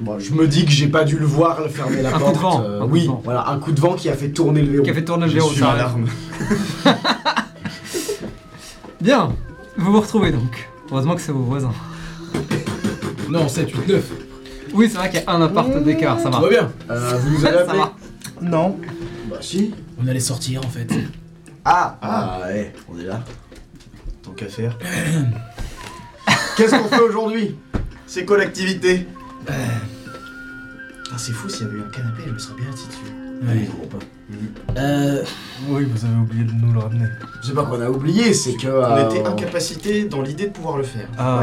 C: Bon, je me dis que j'ai pas dû le voir le fermer la
A: Un coup de
C: porte. euh,
A: vent, un coup de
C: oui,
A: vent.
C: voilà, un coup de vent qui a fait tourner le verrou.
A: Qui a fait tourner le
F: Je
A: verrou,
F: suis
A: ça arrive.
F: l'arme.
A: Bien, vous vous retrouvez donc. Heureusement que c'est vos voisins.
B: Non, 7, 8, 9.
A: Oui, c'est vrai qu'il y a un appart d'écart, ça
C: Ah.
B: Tout
A: marche.
B: va bien. Euh, vous nous avez
A: Ça
B: appelé
A: va.
D: Non.
C: Bah si.
B: On allait sortir en fait.
F: Ah,
C: Ah, ouais, on est là.
F: Tant qu'à faire. Qu'est-ce qu'on fait aujourd'hui C'est quoi l'activité
C: Euh.
F: Ah, C'est fou, s'il y avait eu un canapé, je me serais bien attitué.
B: Ouais. Euh,
D: Oui, vous avez oublié de nous le ramener.
C: C'est pas qu'on a oublié, c'est que.
F: On
C: euh,
F: était incapacité dans l'idée de pouvoir le faire.
D: Ah.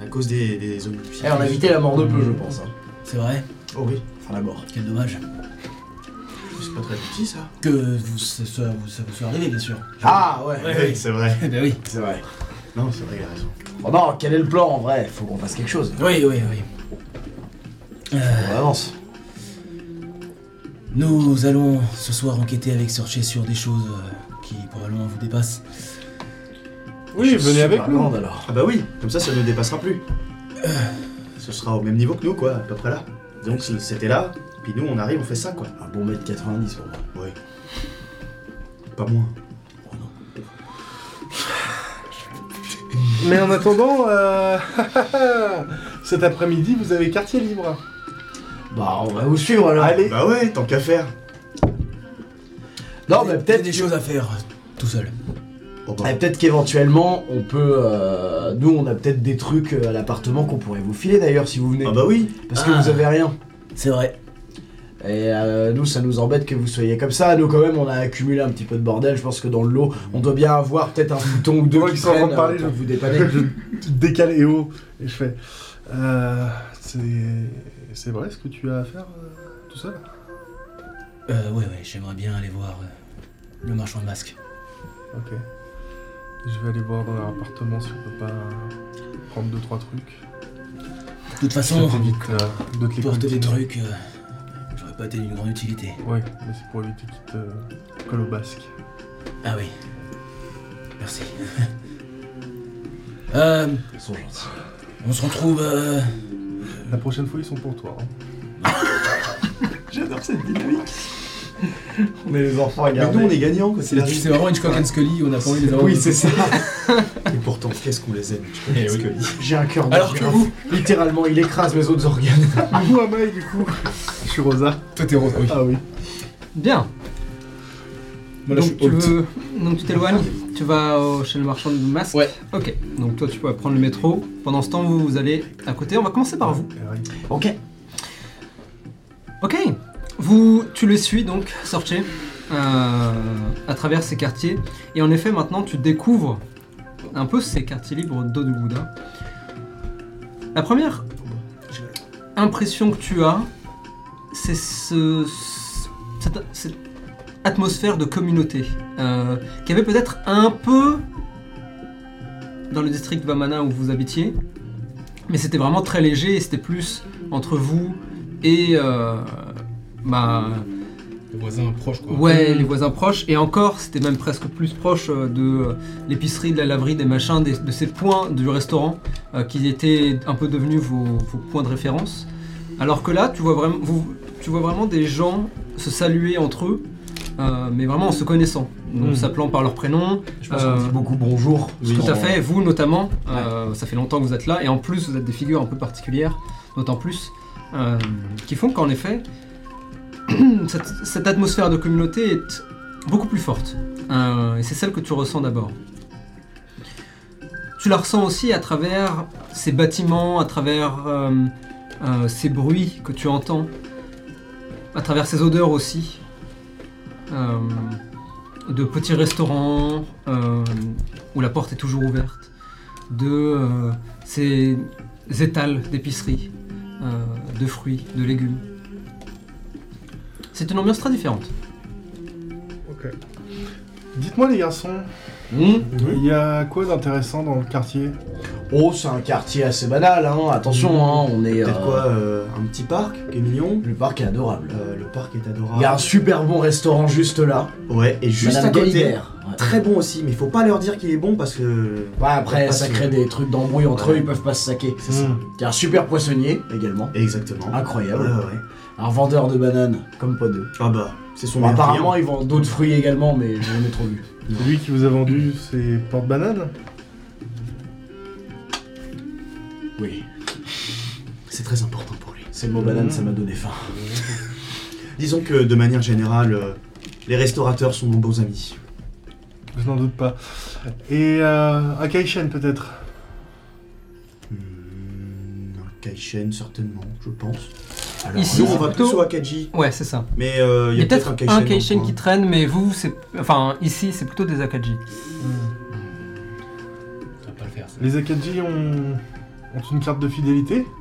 F: Ouais, à cause des, des omnibus.
C: Eh, on a évité la mort de peu, je pense. hein.
B: c'est vrai.
F: Oh oui,
C: Enfin, la mort.
B: Quel dommage.
F: c'est pas très gentil ça.
B: Que vous, ça, ça vous, ça vous soit arrivé, bien sûr.
C: Ah, ouais,
B: Ouais. Oui,
F: c'est vrai.
B: Eh ben oui.
C: c'est vrai.
F: Non, c'est vrai, il a raison.
C: Bon, non, quel est le plan en vrai Faut qu'on fasse quelque chose.
B: Oui, oui, oui. Euh,
F: On avance.
B: Nous allons ce soir enquêter avec Searcher sur des choses euh, qui probablement vous dépassent.
D: Oui, venez avec
C: Super
D: nous.
C: grande, alors.
F: Ah bah oui, comme ça, ça ne dépassera plus. Ce sera au même niveau que nous, quoi, à peu près là. Donc c'était là, puis nous, on arrive, on fait ça, quoi.
C: Un bon mètre 90 pour moi.
F: Oui. Pas moins.
D: Mais en attendant, euh, cet après-midi, vous avez quartier libre.
C: Bah, on va vous suivre alors.
F: Allez. Bah ouais, tant qu'à faire.
C: Non, mais
B: Peut-être
C: peut-être.
B: des choses à faire euh, tout seul.
F: Oh bah.
C: eh, peut-être qu'éventuellement, on peut. euh, Nous, on a peut-être des trucs euh, à l'appartement qu'on pourrait vous filer d'ailleurs si vous venez.
F: Ah bah oui.
C: Parce que
B: Ah.
C: vous avez rien.
B: C'est vrai.
C: Et euh, nous, ça nous embête que vous soyez comme ça. Nous, quand même, on a accumulé un petit peu de bordel. Je pense que dans le lot, on doit bien avoir peut-être un bouton ou deux
D: Moi
C: qui
D: qui suis en train
C: traînent
D: de parler,
C: euh,
D: je-
C: pour vous dépanner.
D: Bah, je décale et haut et je fais. euh, c'est c'est vrai ce que tu as à faire euh, tout seul.
B: Euh, oui, oui, j'aimerais bien aller voir euh, le marchand de masques.
D: Ok. Je vais aller voir dans leur appartement si on peut pas prendre deux trois trucs.
B: De toute
D: Ça
B: façon,
D: t'évite euh, de te les
B: Oh, porte des
D: coltiner.
B: trucs, euh, j'aurais pas été d'une grande utilité.
D: Ouais, mais c'est pour éviter qu'ils te collent au basque.
B: Ah oui. Merci. Euh,
C: Ils sont gentils.
B: on se retrouve. euh,
D: La prochaine fois, ils sont pour toi. hein.
F: J'adore cette dynamique.
C: On est les enfants à
F: Mais nous, on est gagnants, quoi.
B: C'est c'est vraiment Hitchcock and Scully, on a pas envie de les avoir.
C: Oui, c'est ça.
F: Et pourtant, qu'est-ce qu'on les aime. je
B: Eh
F: connais ce
B: oui.
F: que dit.
C: J'ai un cœur de
B: Alors que
C: girafe.
B: vous,
C: littéralement, il écrase mes autres organes.
F: Ah,
D: Du coup, Amai, du coup. Je suis Rosa.
B: toi t'es rose, oui.
D: Ah oui.
A: Bien.
B: Moi, là, je
A: donc,
B: suis
A: tu
B: haute.
A: veux- donc tu t'éloignes Tu vas au- chez le marchand de masques
B: Ouais.
A: Ok, donc toi tu peux prendre le métro. Pendant ce temps, vous, vous allez à côté. On va commencer par vous.
C: Ok.
A: Ok, vous, tu le suis donc, sortez euh, à travers ces quartiers. Et en effet, maintenant tu découvres un peu ces quartiers libres d'eau de Bouddha. La première impression que tu as, c'est ce, cette, cette atmosphère de communauté euh, qui avait peut-être un peu dans le district Vamana où vous habitiez, mais c'était vraiment très léger et c'était plus entre vous et euh, bah,
B: Le voisin proche, quoi.
A: ouais, les voisins proches. Et encore, c'était même presque plus proche euh, de euh, l'épicerie, de la laverie, des machins, des- de ces points du restaurant euh, qui étaient un peu devenus vos, vos points de référence. Alors que là, tu vois vraiment, vous- tu vois vraiment des gens se saluer entre eux, euh, mais vraiment en se connaissant, donc
D: Mhm.
A: s'appelant par leur prénom.
C: Je pense qu'on
A: Euh,
C: dit beaucoup bonjour.
A: Tout à fait, vous notamment,
C: Ouais.
A: euh, ça fait longtemps que vous êtes là, et en plus vous êtes des figures un peu particulières, d'autant plus, euh, qui font qu'en effet, cette, cette atmosphère de communauté est beaucoup plus forte. Euh, et c'est celle que tu ressens d'abord. Tu la ressens aussi à travers ces bâtiments, à travers euh, euh, ces bruits que tu entends, à travers ces odeurs aussi, euh, de petits restaurants, euh, où la porte est toujours ouverte, de euh, ces étals d'épicerie, euh, de fruits, de légumes. C'est une ambiance très différente.
D: Ok. Dites-moi, les garçons,
C: Hmm
D: il y a quoi d'intéressant dans le quartier
C: Oh, c'est un quartier assez banal, hein. Attention, hein, on est.
F: Hmm. Peut-être
C: euh,
F: quoi euh, Un petit parc qui est mignon
C: Le parc est adorable.
F: Euh, Le parc est
C: Il y a un
F: adorable.
C: super bon restaurant juste là.
F: Ouais, et juste
C: Madame
F: à côté.
C: Galibert. Ouais.
F: Très bon aussi, mais faut pas leur dire qu'il est bon parce que.
C: Ouais, après,
F: Pas
C: ça
F: sûr.
C: crée des trucs d'embrouille entre
F: Ouais.
C: eux, ils peuvent pas se saquer.
F: C'est ça.
C: Il y a un super poissonnier également.
F: Exactement.
C: Incroyable.
F: Ouais, ouais, ouais.
C: Un vendeur de bananes, comme pas deux.
F: Ah bah, c'est son
C: Bon,
F: meilleur
C: apparemment,
F: client.
C: ils vendent d'autres fruits également, mais je n'en ai trop vu.
D: Lui qui vous a vendu ses porte-bananes
C: Oui,
F: C'est très important pour lui.
C: c'est le mot banane, ça m'a donné faim.
F: Disons que de manière générale, euh, les restaurateurs sont nos bons amis.
D: Je n'en doute pas. Et euh, à Kaishen, peut-être
F: Hmm, Kaishen, certainement, je pense.
C: Alors,
A: Ici,
F: Nous,
A: c'est
F: on va
A: plutôt-
F: plutôt à Kaji,
A: Ouais, c'est ça.
F: mais euh,
A: Il y a peut-être un Kaishen
F: dans le
A: qui traîne, mais vous, c'est. Enfin, ici, c'est plutôt des Akaji.
B: Ça va pas le faire, ça.
D: Les Akadji ont... ont une carte de fidélité
F: coin.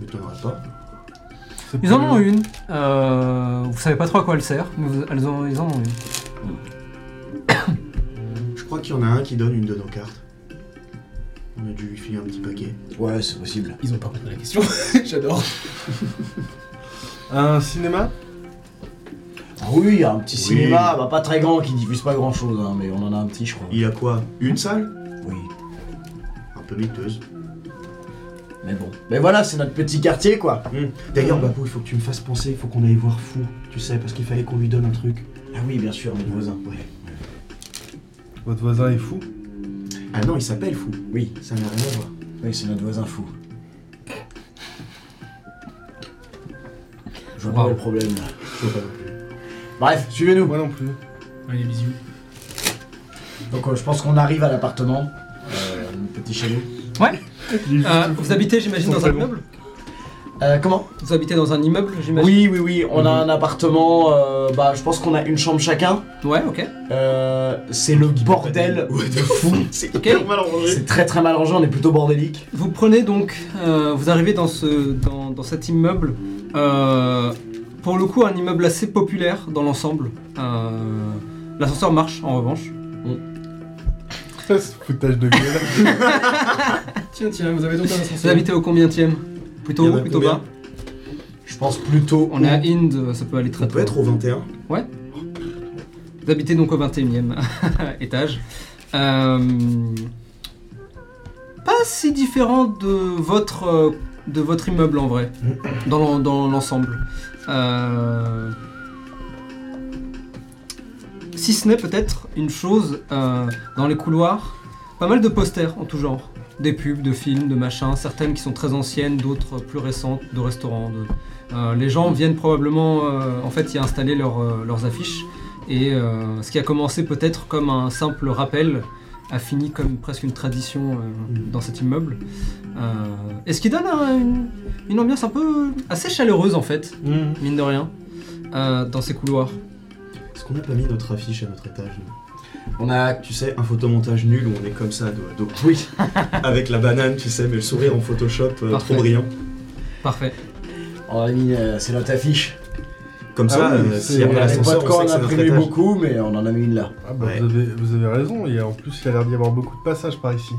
F: M'étonnerait pas.
D: C'est
A: Ils en
D: pas-
A: ont une. Euh, vous savez pas trop à quoi elle sert, mais vous- elles en- ils en ont une.
F: Je crois qu'il y en a un qui donne une de nos cartes. On a dû lui filer un petit paquet.
C: Ouais, c'est possible.
B: Ils ont pas compris la question. J'adore.
D: Un cinéma
C: Ah oui, il y a un petit
F: Oui.
C: cinéma, bah, pas très grand, qui diffuse pas grand chose, mais on en a un petit, je crois.
F: Il y a quoi Une salle
C: Oui,
F: Un peu miteuse.
C: mais bon. Mais voilà, c'est notre petit quartier, quoi.
F: Hmm. D'ailleurs, Babou, il faut que tu me fasses penser, il faut qu'on aille voir Fou, tu sais, parce qu'il fallait qu'on lui donne un truc.
C: Ah oui, bien sûr, notre voisin.
F: Ouais.
D: Votre voisin est fou.
F: Ah non, il s'appelle Fou.
C: Oui,
F: Ça n'a rien à voir.
C: oui, c'est notre voisin fou. Je vois
A: Wow.
C: pas le problème, là.
F: Je vois pas non plus.
C: Bref, suivez-nous.
D: Moi non plus.
B: Allez, bisous.
C: Donc, euh, je pense qu'on arrive à l'appartement. Euh, le petit chalet.
A: Euh, vous habitez, j'imagine, dans un immeuble
C: Euh, comment
A: Vous habitez dans un immeuble, j'imagine
C: Oui, oui, oui, on a
F: Mhm.
C: un appartement, euh, bah je pense qu'on a une chambre chacun.
A: Ouais, ok.
C: Euh, c'est le bordel de fou.
F: C'est
A: Ok.
F: hyper mal rangé.
C: C'est très très mal rangé, on est plutôt bordélique.
A: Vous prenez donc, euh, vous arrivez dans, ce, dans, dans cet immeuble, euh, pour le coup un immeuble assez populaire dans l'ensemble. Euh, L'ascenseur marche en revanche.
D: Ce foutage de gueule.
B: Tiens, tiens, vous avez donc un
A: Vous
B: ascenseur.
A: habitez au combien tième Plutôt
F: Il y en
A: haut,
F: a
A: plutôt
F: combien
A: bas
C: Je pense plutôt.
A: On est à Inde, ça peut aller très
F: Ça peut
A: très
F: être au 21.
A: Vous habitez donc au 21 e étage. Euh, pas si différent de votre, euh, de votre immeuble en vrai, dans l'en- dans l'ensemble. Euh, si ce n'est peut-être une chose, euh, dans les couloirs, pas mal de posters en tout genre. Des pubs, de films, de machins, certaines qui sont très anciennes, d'autres plus récentes, de restaurants. de- Euh, les gens viennent probablement euh, en fait y installer leurs, euh, leurs affiches. Et euh, ce qui a commencé peut-être comme un simple rappel a fini comme presque une tradition euh,
C: Mm.
A: dans cet immeuble. Euh, et ce qui donne un- une, une ambiance un peu assez chaleureuse en fait,
C: Mm.
D: Mhm.
A: mine de rien, euh, dans ces couloirs.
F: Est-ce qu'on n'a pas mis notre affiche à notre étage nous On a, tu sais, un photomontage nul où on est comme ça, dos à dos. Oui. Avec la banane, tu sais, mais le sourire en Photoshop euh,
A: Parfait.
F: trop brillant.
A: Parfait.
C: On a mis, euh, c'est notre affiche.
F: Comme
D: Ah
F: ça,
D: oui,
F: euh,
D: c'est-
F: si on a
C: On sait pas
F: l'ascenseur,
C: de
F: on
C: quoi
F: sait
C: on
F: que
C: a
F: c'est notre
C: imprimé
F: étage.
C: beaucoup, mais on en a mis une là.
D: Ah bah,
F: Ouais.
D: vous, avez, vous avez raison, il y a, en plus il y a l'air d'y avoir beaucoup de passages par ici.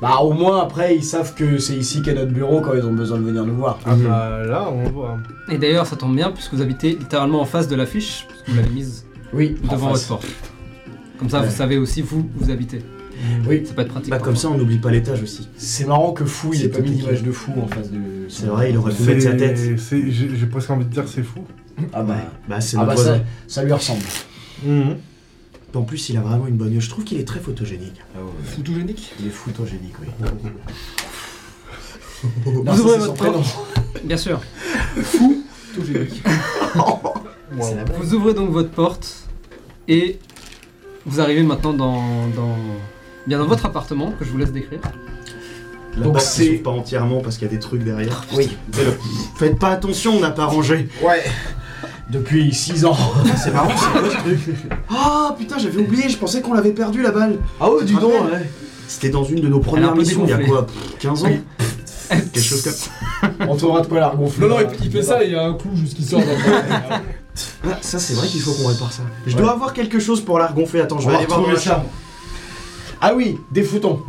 C: Bah au moins après ils savent que c'est ici qu'est notre bureau quand ils ont besoin de venir nous voir.
D: Ah
F: Mhm.
D: bah là on voit.
A: Et d'ailleurs, ça tombe bien puisque vous habitez littéralement en face de l'affiche, puisque vous l'avez mise
C: Oui, en
A: devant votre
C: face.
A: porte. Comme ça,
C: Ouais.
A: vous savez aussi vous, vous habitez.
C: Oui.
A: Ça peut être pratique.
F: Bah,
A: pour
F: comme
A: vous.
F: ça, on n'oublie pas l'étage aussi.
C: C'est marrant que fou, il
F: C'est
C: ait pas mis
F: compliqué.
C: l'image de fou en face de.
F: C'est vrai, il aurait pu
D: C'est-
F: mettre sa tête.
D: c'est- J'ai j'ai presque envie de dire c'est fou.
C: Ah bah,
F: Bah, c'est
C: ah
F: notre
C: bah ça,
F: voisin.
C: ça lui ressemble.
D: Mhm.
F: En plus, il a vraiment une bonne gueule. Je trouve qu'il est très photogénique.
C: Foutogénique Il est foutogénique, oui.
A: Vous ouvrez votre Bien sûr.
D: Wow.
F: C'est la bonne.
A: Vous ouvrez donc votre porte et vous arrivez maintenant dans, dans, bien dans votre appartement que je vous laisse décrire.
F: La
C: Donc
F: porte
C: c'est-
F: s'ouvre pas entièrement parce qu'il y a des trucs derrière.
C: Oui.
F: Fais-le. Faites pas attention, on n'a pas rangé.
C: Ouais. Depuis 6 ans.
F: Ah, c'est marrant, c'est quoi ce truc Ah putain, j'avais oublié, je pensais qu'on l'avait perdu la balle.
C: Ah ouais,
F: dis donc, C'était dans une de nos
A: Elle est un
F: premières
A: peu
F: missions il y a
A: dégonflée.
F: quoi pff, 15 ans
A: Oui.
F: Quelque chose comme ça.
C: On trouvera de quoi la regonfler.
B: Non, non, il, il fait ça et il y a un clou juste qui sort. dans le-
F: Ah, ça c'est vrai qu'il faut qu'on répare ça. Je
C: Ouais.
F: dois avoir quelque chose pour la regonfler. Attends, je
C: On
F: vais
C: va
F: aller voir dans
C: retrouver
F: la
C: ça.
F: chambre.
C: Ah oui, des foutons.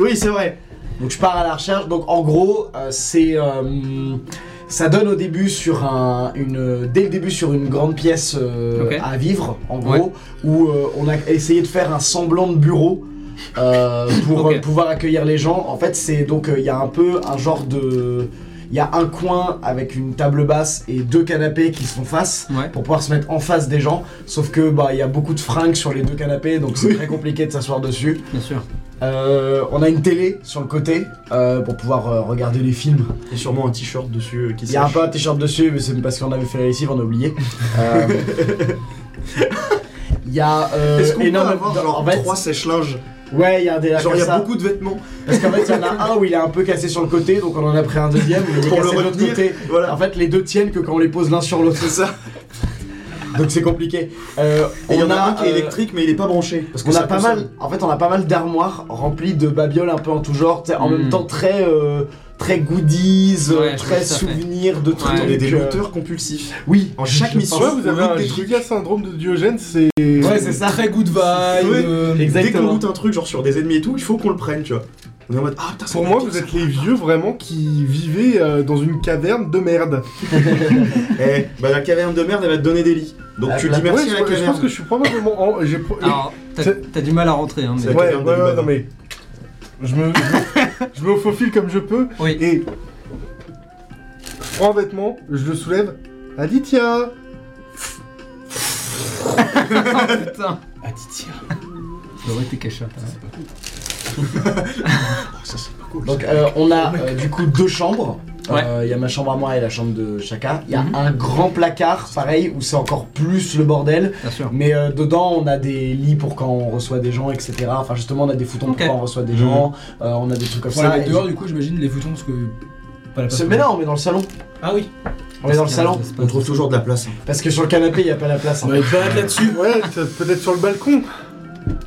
F: Oui, c'est vrai.
C: Donc je pars à la recherche. Donc en gros, euh, c'est. euh, ça donne au début sur un, une, dès le début sur une grande pièce euh,
A: Ok.
C: à vivre, en gros, où euh, on a essayé de faire un semblant de bureau euh, pour
A: Ok.
C: euh, pouvoir accueillir les gens. En fait, c'est donc euh, il y a un peu un genre de, il y a un coin avec une table basse et deux canapés qui se font face
A: Ouais.
C: pour pouvoir se mettre en face des gens. Sauf que bah il y a beaucoup de fringues sur les deux canapés, donc c'est très compliqué de s'asseoir dessus.
A: Bien sûr.
C: Euh, on a une télé sur le côté euh, pour pouvoir euh, regarder les films. Et sûrement un t-shirt
F: euh,
C: dessus qui Il y a un peu un t-shirt dessus, mais c'est parce qu'on avait fait la lessive, on a oublié. Euh, Il y a euh,
F: Est-ce qu'on peut
C: énormément-
F: avoir genre
C: en fait,
F: 3 sèches-linges
C: Ouais, il y a un délire
F: Genre,
C: comme
F: il y a
C: ça.
F: beaucoup de vêtements.
C: Parce qu'en fait, il y en a un où il est un peu cassé sur le côté, donc on en a pris un deuxième. mais Il est
F: Pour
C: cassé
F: le
C: de l'autre
F: retenir.
C: côté.
F: Voilà.
C: En fait, les deux tiennent que quand on les pose l'un sur l'autre.
F: C'est ça.
C: Donc c'est compliqué. Euh,
F: Et il y en a,
C: a,
F: un qui est
C: euh,
F: électrique, mais il est pas branché. Parce que
C: on
F: ça
C: a pas
F: consomme.
C: mal, en fait, on a pas mal d'armoires remplies de babioles un peu en tout genre, tu sais, en
A: Mm.
C: même temps très euh, très goodies, euh,
A: Ouais,
C: très
A: tout à fait.
C: souvenirs de trucs.
A: Ouais.
F: On est des
C: euh,
F: looteurs compulsifs.
C: Oui,
F: En chaque
C: Je
F: mission,
D: Ouais, vous
F: on
D: avez
F: loot
D: un
F: des
D: giga syndrome de Diogène, c'est.
C: ouais, c'est ça.
F: Très good vibe.
C: Ouais,
F: euh, Dès qu'on
C: exactement.
F: loot un truc, genre sur des ennemis et tout, il faut qu'on le prenne, tu vois. On est en mode ah putain, ça
D: Pour
F: va
D: moi,
F: bien,
D: vous
F: ça.
D: êtes les vieux vraiment qui vivaient euh, dans une caverne de merde.
F: Eh, bah la caverne de merde, elle va te donner des lits. Donc tu dis merci
D: Ouais, je,
F: à la
D: je
F: caverne. Ah,
D: pense que je suis probablement. en- j'ai pro-
A: Alors, t'as
D: C'est-
A: t'as du mal à rentrer, hein, mais...
F: C'est-
D: Ouais,
F: la
D: ouais,
F: caverne de
D: ouais,
F: Bob.
D: non mais. Je me, je, me- je me faufile comme je peux
A: Oui.
D: et. Je prends un vêtement, je le soulève. Aditya
A: Putain
B: Aditya.
A: Je devrais été caché. hein.
C: Donc euh, on a euh, du coup deux chambres. Euh, Il
A: Ouais. Mhm.
C: y a ma chambre à moi et la chambre de chacun. Il y a un grand placard, pareil, où c'est encore plus le bordel.
A: Bien sûr.
C: Mais euh, dedans, on a des lits pour quand on reçoit des gens, etc. Enfin, justement, on a des
A: Ok.
C: foutons
A: Mhm.
C: pour quand on reçoit des gens. Euh, on a des trucs comme
B: Faut
C: ça.
B: les mettre
C: Et-
B: dehors, du coup, j'imagine, les foutons, parce que. Pas la place.
C: C'est- Mais non, on est dans le salon.
B: Ah oui.
C: On est dans le
A: Parce qu'il y a
C: salon.
F: On
A: de l'espace.
F: trouve toujours de la place. hein.
C: Parce que sur le canapé, il n'y a pas la place. hein.
B: On va être balade là-dessus.
D: Ouais, ça- peut-être sur le balcon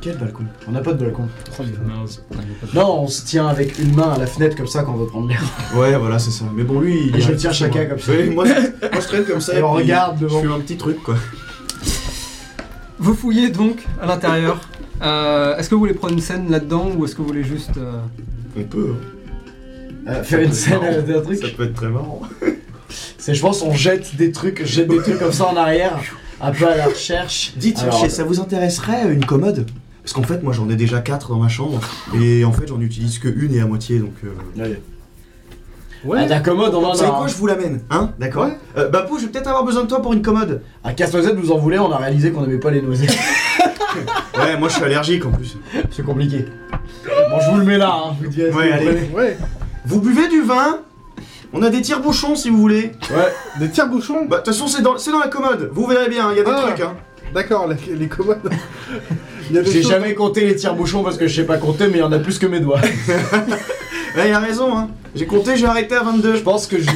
C: Quel balcon On n'a pas de balcon.
A: Ouais, il y a pas de-
C: Non, on se tient avec une main à la fenêtre comme ça quand on veut prendre l'air.
F: Ouais, voilà, c'est ça. Mais bon, lui, il.
C: Et je le tiens chacun comme ça.
F: Ouais, moi, je- moi, je traîne comme ça.
C: Et on
F: puis
C: regarde
F: Je
C: devant.
F: fais un petit truc, quoi.
A: Vous fouillez donc à l'intérieur. Euh, est-ce que vous voulez prendre une scène là-dedans ou est-ce que vous voulez juste... euh,
F: On peut. hein.
C: Euh, faire une scène euh, d'un truc.
F: Ça peut être très marrant.
C: C'est, je pense, on jette des trucs, jette des trucs comme ça en arrière, un peu à la recherche.
F: Dites,
C: Alors,
F: chez- ça vous intéresserait euh, une commode Parce qu'en fait, moi j'en ai déjà 4 dans ma chambre, et en fait j'en utilise que une et à moitié donc. Euh...
C: à la commode, on
F: Vous
C: en
F: savez
C: a.
F: quoi,
C: un.
F: je vous l'amène, hein D'accord Euh, Bapou, je vais peut-être avoir besoin de toi pour une commode.
C: Un casse-noisette, vous en voulez, on a réalisé qu'on n'aimait pas les noisettes.
F: Ouais, moi je suis allergique en plus.
C: C'est compliqué. Bon, je vous le mets là, hein, je vous dis. est-ce que
F: Ouais,
C: vous
F: allez.
C: prenez
D: Ouais
F: Vous buvez du vin On a des tire-bouchons si vous voulez.
D: Ouais Des tire-bouchons
F: Bah, de toute façon, c'est dans, c'est dans la commode, vous verrez bien, il y a des
D: Ah.
F: trucs, hein.
D: D'accord, les, les commodes. Il y a des
C: J'ai
D: choses-
C: jamais compté les tire-bouchons parce que je sais pas compter, mais il y en a plus que mes doigts.
F: Ouais, il a raison, hein. J'ai compté, j'ai arrêté à 22.
C: Je pense que j'ai,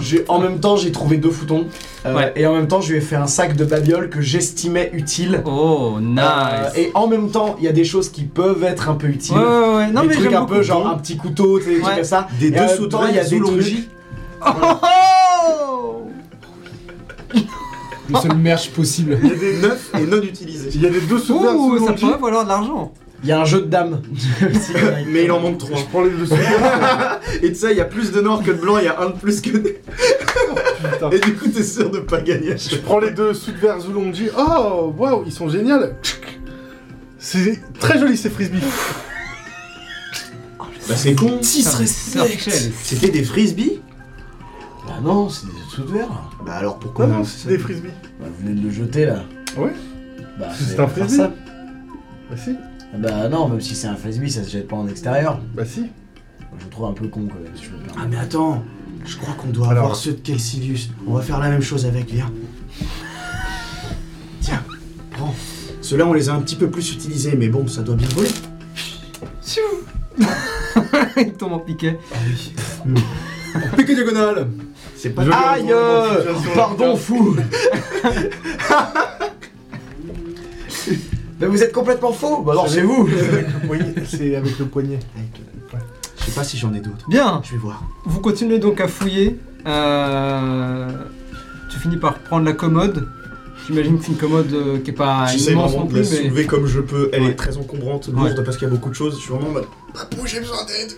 C: j'ai- en même temps j'ai trouvé deux foutons euh,
A: Ouais.
C: et en même temps je lui ai fait un sac de babioles que j'estimais utile.
A: Oh, nice
C: Euh, et en même temps il y a des choses qui peuvent être un peu utiles.
A: Ouais, ouais, ouais. Non,
C: des
A: mais
C: trucs
A: j'aime
C: un peu
A: beaucoup.
C: genre un petit couteau, tu sais, des trucs
A: Ouais.
C: comme ça.
F: Des
C: Et en
F: deux
C: même
F: sous de
C: temps, il y a des
F: zoologie.
A: Oh
B: Le seul merch possible.
F: Il y a des neufs et non utilisés.
D: Il y a des deux souvenirs
A: Ouh,
D: sous
A: oh, ça
D: mon
A: pourrait
D: jean.
A: valoir de l'argent.
C: Il y a un jeu de dames. Si, on a-
F: Mais il en manque 3.
D: Je prends les deux souvenirs.
F: Et tu sais, il y a plus de noirs que de blancs, il y a un de plus que des...
D: Putain.
F: Et du coup, t'es sûr de pas gagner à chaque
D: Je prends les deux souvenirs Zulongji. Oh, waouh, ils sont géniaux. C'est très joli ces frisbees.
F: Bah c'est con
A: Qui se respecte
F: C'était des frisbees
C: Bah non, c'est des sous de verre. là.
F: Bah alors pourquoi
D: Non, non,
F: on-
D: c'est des frisbees.
C: Bah, vous venez de le jeter là.
D: Ouais.
C: Bah,
D: C'est
C: vous allez
D: un
C: pas faire
D: frisbee.
C: ça.
D: Bah si,
C: Bah non, même si c'est un frisbee, ça se jette pas en extérieur.
D: bah si.
C: Je vous trouve un peu con quand même, si je peux me permettre.
F: Ah mais attends Je crois qu'on doit
D: Alors.
F: avoir ceux de Kelsilius. On va faire la même chose avec, viens. Tiens, prends. Ceux-là on les a un petit peu plus utilisés, mais bon, ça doit bien voler.
A: Il tombe en piquet.
F: Pique diagonale C'est pas... Ah,
C: Aïe euh, Pardon fou Mais vous êtes complètement faux Bah alors c'est vous
D: C'est avec le poignet.
F: Je sais pas si j'en ai d'autres.
A: Bien,
F: Je vais voir.
A: vous continuez donc à fouiller. Euh, tu finis par prendre la commode. J'imagine que c'est une commode euh, qui est pas
F: J'essaie
A: immense
F: vraiment
A: non
F: de la
A: plus, mais...
F: soulever comme je peux. Elle
A: Ouais.
F: est très encombrante,
A: Ouais.
F: lourde, parce qu'il y a beaucoup de choses. Je suis vraiment en mode... Papou, j'ai besoin d'aide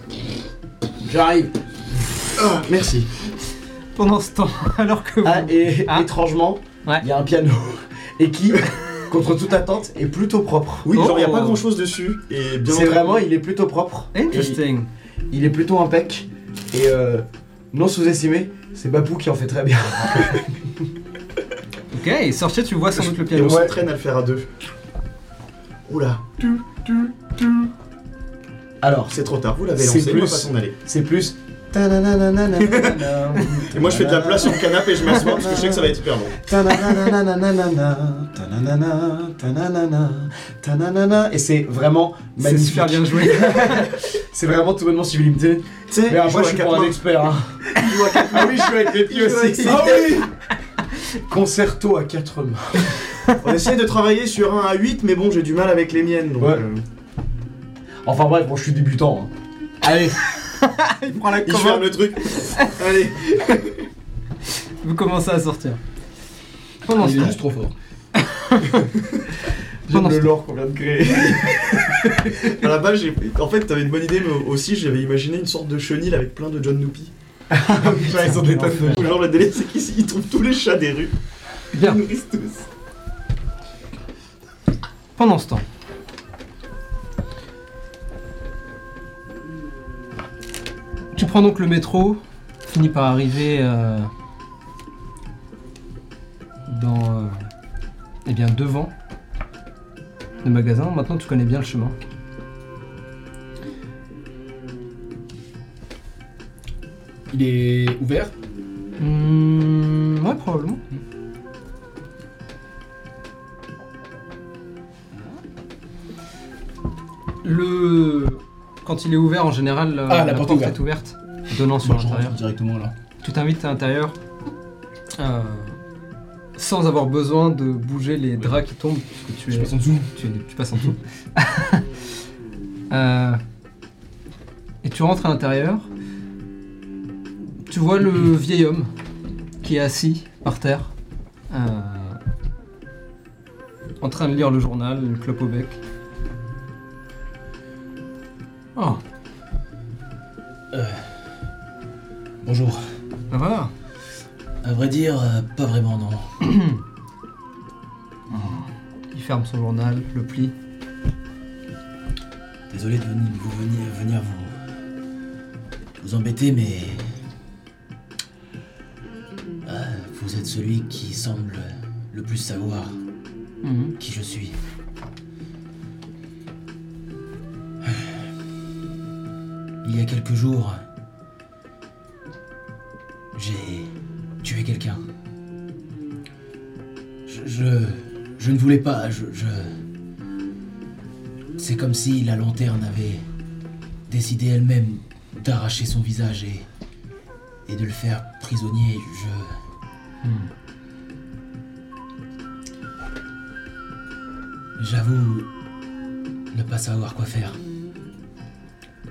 C: J'arrive
F: Ah, Merci.
A: Pendant ce temps, alors que vous...
C: Ah, Et
A: Ah.
C: étrangement, il
A: Ouais.
C: y a un piano et qui, contre toute attente, est plutôt propre.
F: Oui,
A: Oh.
F: genre, il y a pas grand-chose dessus. Et bien
C: C'est vraiment, il est plutôt propre.
A: Interesting.
C: Et Il est plutôt impec. Et euh, non sous-estimé, c'est Bapou qui en fait très bien.
A: Ok, et sorti, tu vois sans doute le
F: Et on
A: piano.
F: s'entraîne à le faire à deux. Oula.
D: Tu, tu, tu.
F: Alors, c'est trop tard, vous l'avez
C: C'est
F: lancé, on va
C: plus-
F: pas s'en aller.
C: C'est plus. Ta-na-na-na-na-na-na.
F: Et moi, je fais de la place sur le canapé et je m'assois parce que je sais que ça va être hyper long.
C: Ta-na-na-na-na-na-na-na. Ta-na-na-na, ta-na-na-na, ta-na-na-na. Et c'est vraiment
A: C'est
C: magnifique.
A: super bien joué.
C: C'est vraiment tout bonnement sublimité.
F: Tu sais,
C: Mais
F: je joue
C: après,
F: à
C: je suis
F: quatre
C: pour un
F: mains.
C: expert. hein. Ah oui, je suis avec les pieds aussi. Ah oui Concerto à quatre mains.
F: On essaie de travailler sur un à 8, mais bon, j'ai du mal avec les miennes. Donc,
C: Ouais.
F: euh,
C: Enfin bref, bon, je suis débutant. hein.
A: Allez,
F: Il prend la Il ferme le truc. Allez.
A: vous commencez à sortir. Pendant ce
B: Il est
A: temps,
B: juste trop fort.
A: Pendant
C: J'aime le
A: ce-
C: lore qu'on vient de créer.
F: À la base, j'ai- en fait, t'avais une bonne idée, mais aussi, j'avais imaginé une sorte de chenille avec plein de John Noopy.
I: Ah,
C: Ils ont des tonnes de...
F: Genre, le délai, c'est qu'ils ils trouvent tous les chats des rues.
A: Bien.
F: Ils nourrissent tous.
A: pendant ce temps. Tu prends donc le métro, finis par arriver euh, dans euh, eh bien devant le magasin. Maintenant tu connais bien le chemin.
B: Il est ouvert.
A: Hmm, ouais probablement. Le quand il est ouvert en général euh,
B: Ah, la porte
A: est ouverte, donnant sur
B: Bon, je
A: l'intérieur.
B: rentre directement là.
A: Tu t'invites à l'intérieur euh, sans avoir besoin de bouger les draps qui tombent, puisque tu,
B: Je
A: es-
B: passe en dessous.
A: tu, es- tu passes en dessous. Euh, et tu rentres à l'intérieur. Tu vois le vieil homme qui est assis par terre, euh, en train de lire le journal, une clope au bec. Oh,
B: Bonjour.
A: ben voilà.
B: À vrai dire, euh, pas vraiment, non.
A: Il ferme son journal, le plie.
B: Désolé de venir vous, venir, venir vous, vous embêter, mais. Ah, vous êtes celui qui semble le plus savoir
A: Mhm.
B: qui je suis. Il y a quelques jours, j'ai tué quelqu'un. Je, je- je ne voulais pas, je, je- C'est comme si la lanterne avait décidé elle-même d'arracher son visage et, et de le faire prisonnier. Je... J'avoue ne pas savoir quoi faire.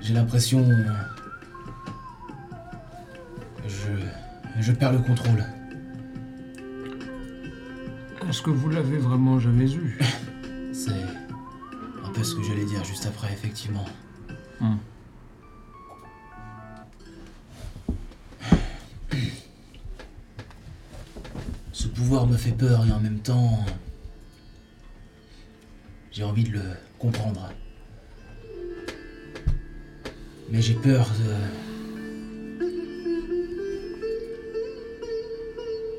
B: J'ai l'impression... euh, Je... Je perds le contrôle.
A: Est-ce que vous l'avez vraiment jamais eu
B: C'est un peu ce que j'allais dire juste après, effectivement.
A: Hmm.
B: Ce pouvoir me fait peur et en même temps, j'ai envie de le comprendre. Mais j'ai peur de...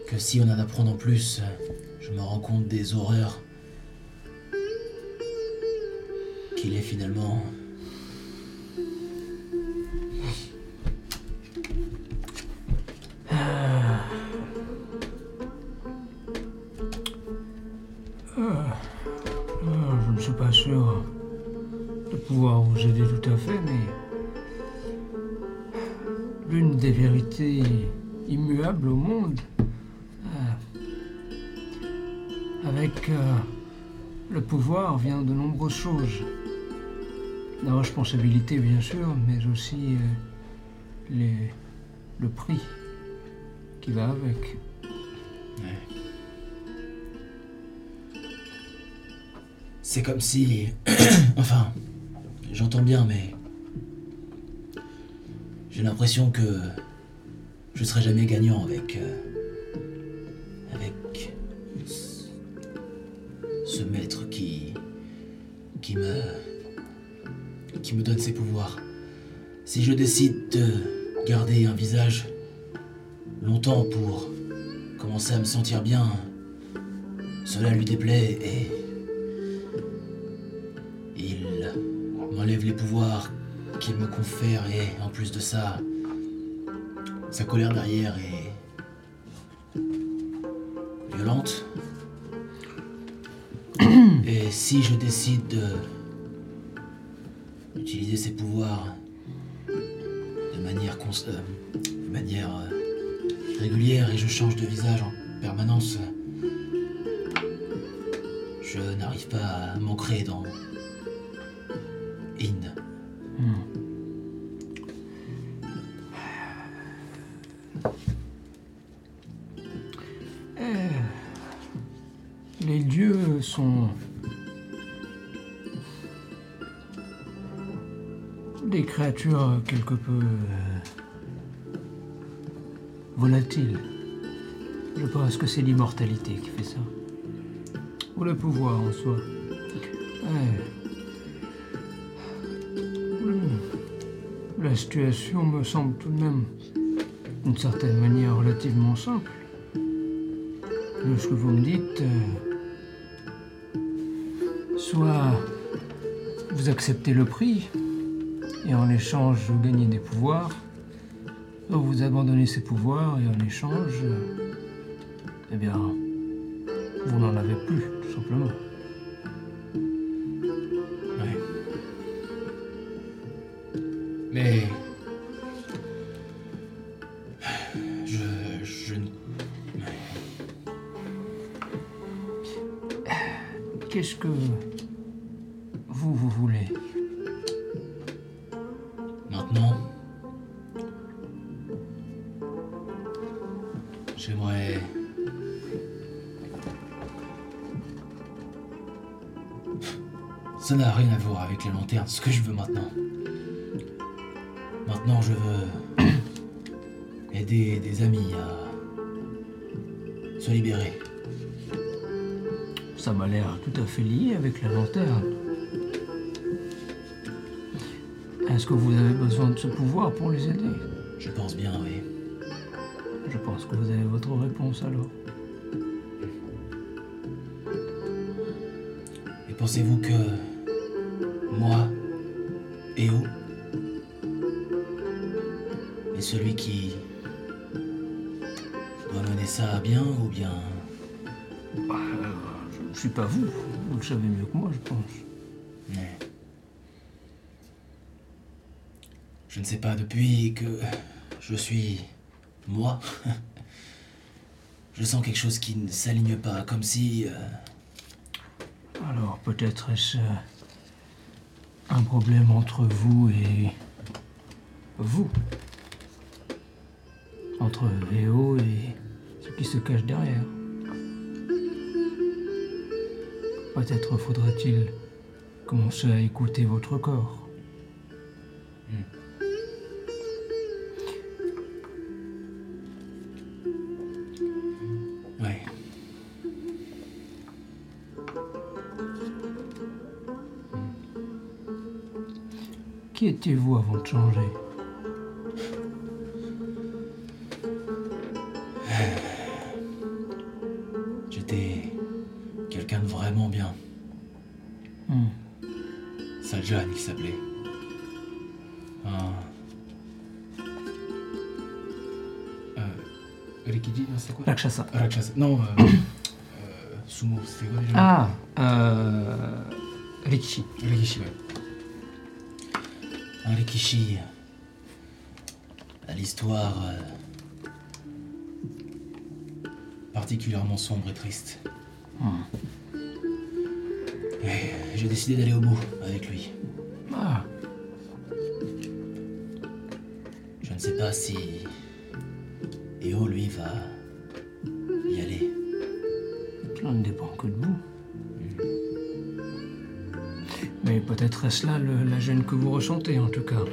B: que si on en apprend en plus, je me rends compte des horreurs qu'il est finalement.
A: Je ne suis pas sûr de pouvoir vous aider tout à fait, mais l'une des vérités immuables au monde, euh, avec euh, le pouvoir, vient de nombreuses choses. La responsabilité, bien sûr, mais aussi euh, les- le prix qui va avec.
B: C'est comme si. enfin, j'entends bien, mais. J'ai l'impression que. Je serai jamais gagnant avec. euh, Avec. ce- Ce maître qui. Qui me. Qui me donne ses pouvoirs. Si je décide de garder un visage longtemps pour commencer à me sentir bien, cela lui déplaît et il m'enlève les pouvoirs qu'il me confère et en plus de ça, sa colère derrière est violente. et si je décide de utiliser ses pouvoirs de manière cons- euh, de manière euh, régulière et je change de visage en permanence, je n'arrive pas à m'ancrer dans In.
A: Les dieux sont des créatures quelque peu euh, volatiles. Je pense que c'est l'immortalité qui fait ça. Ou le pouvoir en soi. Ouais. Le- Hmm. La situation me semble tout de même d'une certaine manière relativement simple. De ce que vous me dites, euh, soit vous acceptez le prix et en échange vous gagnez des pouvoirs, soit vous abandonnez ces pouvoirs et en échange, euh, eh bien, vous n'en avez plus, tout simplement.
B: Ouais. Mais. Je. Je. ne-
A: Qu'est-ce que vous, vous voulez
B: Maintenant. J'aimerais. Ça n'a rien à voir avec les lanternes, ce que je veux maintenant. Maintenant, je veux. aider des amis à. se libérer.
A: Ça m'a l'air tout à fait lié avec la lanterne. Est-ce que vous avez besoin de ce pouvoir pour les aider
B: Je pense bien, oui.
A: Je pense que vous avez votre réponse alors.
B: Et pensez-vous que moi, Eo, est celui qui doit mener ça à bien ou bien
A: Je ne suis pas vous. Vous le savez mieux que moi, je pense.
B: mais Je ne sais pas, depuis que je suis moi, je sens quelque chose qui ne s'aligne pas, comme si... euh,
A: Alors peut-être est-ce euh, un problème entre vous et vous Entre Léo et ce qui se cache derrière Peut-être faudrait-il commencer à écouter votre corps.
B: Ouais.
A: Qui étiez-vous avant de changer
B: J'étais quelqu'un de vraiment bien.
A: Hmm.
B: Saljan, il s'appelait. Un... Euh... Rikiji, non, c'est quoi
A: Rakshasa.
B: Rakshasa. Non, euh... euh, Sumo, c'était quoi déjà
A: Ah euh, Rikishi.
B: Rikishi, ouais. Un Rikishi. À l'histoire. euh, particulièrement sombre et triste. Et J'ai décidé d'aller au bout avec lui.
A: Ah,
B: Je ne sais pas si. Eo, lui, va. Ah, y aller.
A: cela ne dépend que de vous. Mais peut-être est-ce là le- la gêne que vous ressentez en tout cas.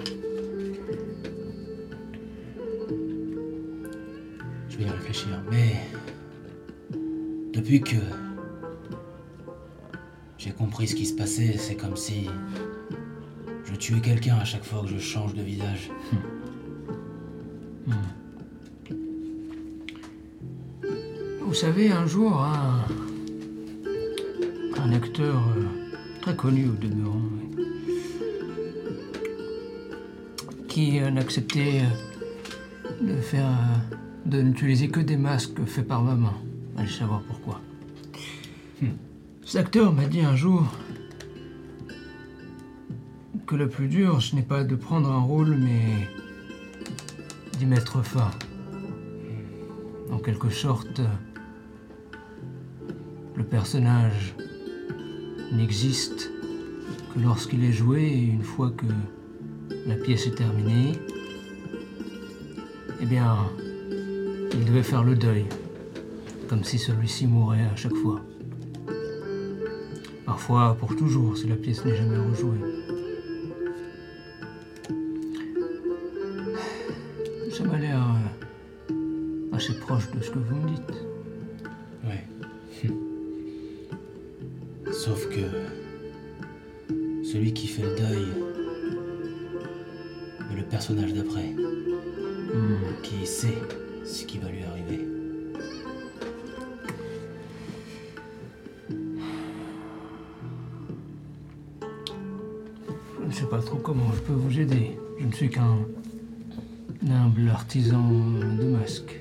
B: Je vais y réfléchir, mais. Depuis que. J'ai compris ce qui se passait, c'est comme si. Je tuais quelqu'un à chaque fois que je change de visage.
A: Vous savez, un jour, un, un acteur euh, très connu au demeurant, oui, qui euh, n'acceptait euh, de faire. euh, de n'utiliser que des masques faits par ma main. Allez savoir pourquoi. Hmm. Cet acteur m'a dit un jour que le plus dur, ce n'est pas de prendre un rôle, mais d'y mettre fin. En quelque sorte, euh, le personnage n'existe que lorsqu'il est joué et une fois que la pièce est terminée, eh bien, il devait faire le deuil, comme si celui-ci mourait à chaque fois. Parfois pour toujours si la pièce n'est jamais rejouée. Ça m'a l'air euh, assez proche de ce que vous me dites.
B: Ouais. Sauf que celui qui fait le deuil est le personnage d'après, qui sait ce qui va lui arriver.
A: Je ne sais pas trop comment je peux vous aider. Je ne suis qu'un humble artisan de masques.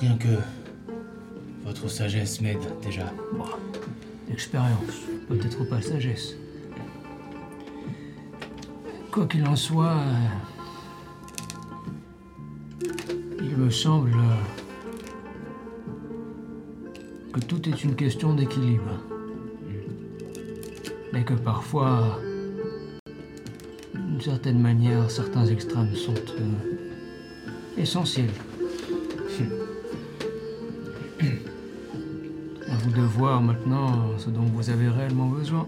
B: Rien que votre sagesse m'aide déjà.
A: Bon, expérience, peut-être pas sagesse. Quoi qu'il en soit, euh, il me semble euh, que tout est une question d'équilibre. Mais que parfois, d'une certaine manière, certains extrêmes sont euh, essentiels. À vous de voir maintenant ce dont vous avez réellement besoin.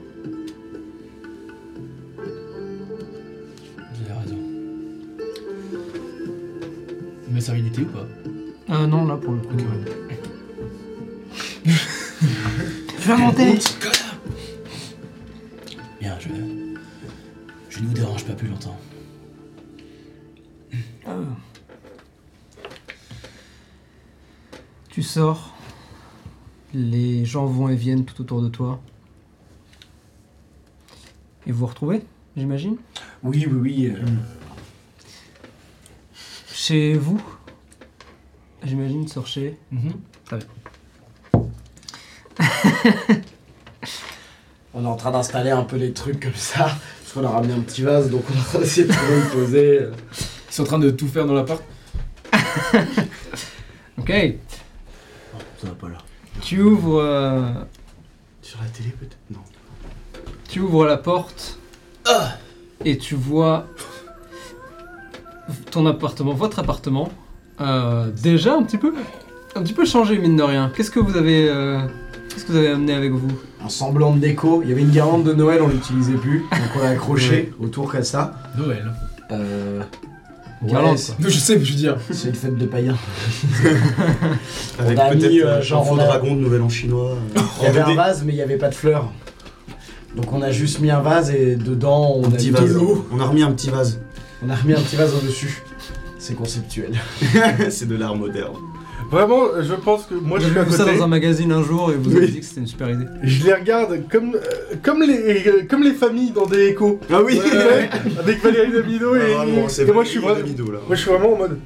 B: Vous avez raison. Ma servilité ou pas
A: Ah non, là pour le coup. Je vais monter
B: Bien, je. Je ne vous dérange pas plus longtemps.
A: Ah. Tu sors. Les gens vont et viennent tout autour de toi. Et vous vous retrouvez, j'imagine
C: Oui, oui, oui. euh,
A: Chez vous J'imagine, sort chez. Très bien.
C: On est en train d'installer un peu les trucs comme ça. Parce qu'on a ramené un petit vase, donc on est en train d'essayer de trouver le poser. euh.
E: Ils sont en train de tout faire dans l'appart.
A: Ok,
I: Ça va pas là.
A: tu ouvres, euh,
I: Sur la télé peut-être Non.
A: tu ouvres la porte. Et tu vois ton appartement, votre appartement, euh, déjà un petit peu, un petit peu changé mine de rien. Qu'est-ce que vous avez, euh, qu'est-ce que vous avez amené avec vous
C: Un semblant de déco. Il y avait une guirlande de Noël, on l'utilisait plus. Donc on l'a accroché autour comme ça.
E: Noël.
C: Euh.
A: Une
C: ouais,
A: guirlande,
C: c'est-
E: Non, je sais, mais je veux dire.
C: c'est une fête de païens.
I: Avec
C: a
I: peut-être
C: mis,
I: euh,
C: euh,
I: un
C: genre,
I: faux
C: on a-
I: dragon de nouvel an chinois. euh,
C: Il y avait un
E: Des-
C: vase, mais il n'y avait pas de fleurs. Donc on a juste mis un vase et dedans on
I: un
C: a
I: petit
C: mis
I: vase.
C: de l'eau.
I: On a remis un petit vase.
C: On a remis un petit vase au-dessus. C'est conceptuel.
I: C'est de l'art moderne.
D: Vraiment, je pense que moi je
A: J'ai
D: suis à
A: vu ça
D: côté.
A: dans un magazine un jour et vous
D: Oui.
A: avez dit que c'était une super idée.
D: Je les regarde comme, euh, comme, les, euh, comme les familles dans des échos.
I: Ah oui. Ah,
D: Ouais, ouais, avec Valérie
F: Ah,
D: Damido et, et moi je suis vraiment. Moi je suis vraiment en mode.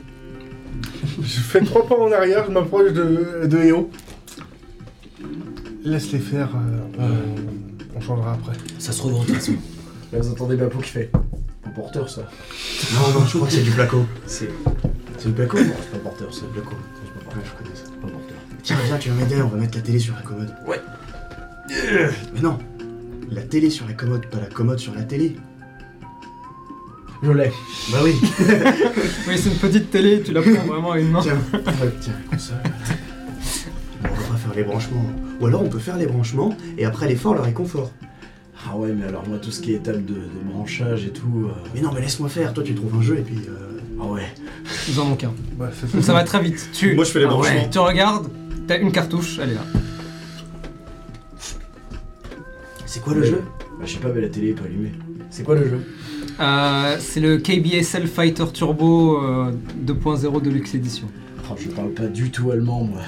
D: Je fais trois pas en arrière, je m'approche de, de Eo. Laisse-les faire, euh, euh, on changera après.
B: Ça se revend de toute façon.
C: Là vous entendez Bapou qui fait. Un porteur ça.
I: Non, non, je crois que c'est du placo.
C: C'est
I: C'est du placo
C: Non, c'est pas porteur, c'est le con. je connais ça, c'est pas porteur.
I: Tiens, viens, tu vas m'aider, on va mettre la télé sur la commode.
C: Ouais.
I: Mais non La télé sur la commode, pas la commode sur la télé.
C: Je l'ai.
I: Bah oui
A: Oui, c'est une petite télé, tu la prends vraiment à une main.
I: Tiens, tiens, la console. Bon, on va pas faire les branchements. Ou alors on peut faire les branchements et après l'effort, le réconfort.
C: Ah ouais, mais alors moi, tout ce qui est étape de, de branchage et tout. euh,
I: Mais non, mais laisse-moi faire, toi tu trouves un jeu et puis. euh,
C: Ah ouais.
A: Ils en manquent un.
D: Bah, c'est
A: Ça va très vite. Tu,
I: Moi je fais les
A: Ah ouais,
I: branchements.
A: tu regardes, t'as une cartouche, elle est là.
I: C'est quoi le
C: Mais-
I: jeu
C: Bah, je sais pas, mais la télé est pas allumée. C'est quoi le jeu
A: Euh, c'est le KBSL Fighter Turbo euh, 2.0 de Luxe Edition.
C: Oh, Je parle pas du tout allemand, moi.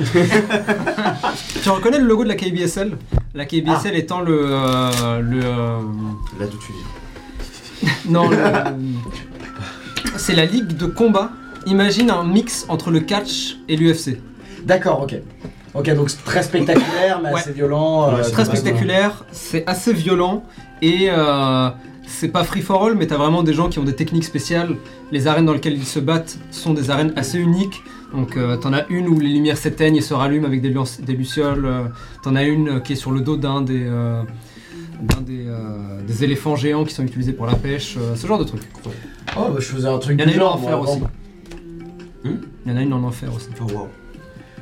A: Tu reconnais le logo de la KBSL La KBSL étant le, euh, le, euh,
I: Là tout de suite.
A: Non, le- c'est la ligue de combat. Imagine un mix entre le catch et l'UFC.
J: D'accord, ok. Ok, donc c'est très spectaculaire, mais
A: Ouais.
J: assez violent. euh,
A: Très
J: c'est pas-
A: spectaculaire, c'est assez violent et euh, c'est pas free for all, mais t'as vraiment des gens qui ont des techniques spéciales. Les arènes dans lesquelles ils se battent sont des arènes assez uniques. Donc euh, t'en as une où les lumières s'éteignent et se rallument avec des, lance- des lucioles. euh, t'en as une qui est sur le dos d'un des, euh, d'un des, euh, des éléphants géants qui sont utilisés pour la pêche, euh, ce genre de truc.
C: Oh, bah, je faisais un truc
A: Il y en a une
C: bizarre,
A: en enfer
C: moi,
A: aussi.
C: avant.
A: Il y en a une en enfer aussi.
J: Oh, wow.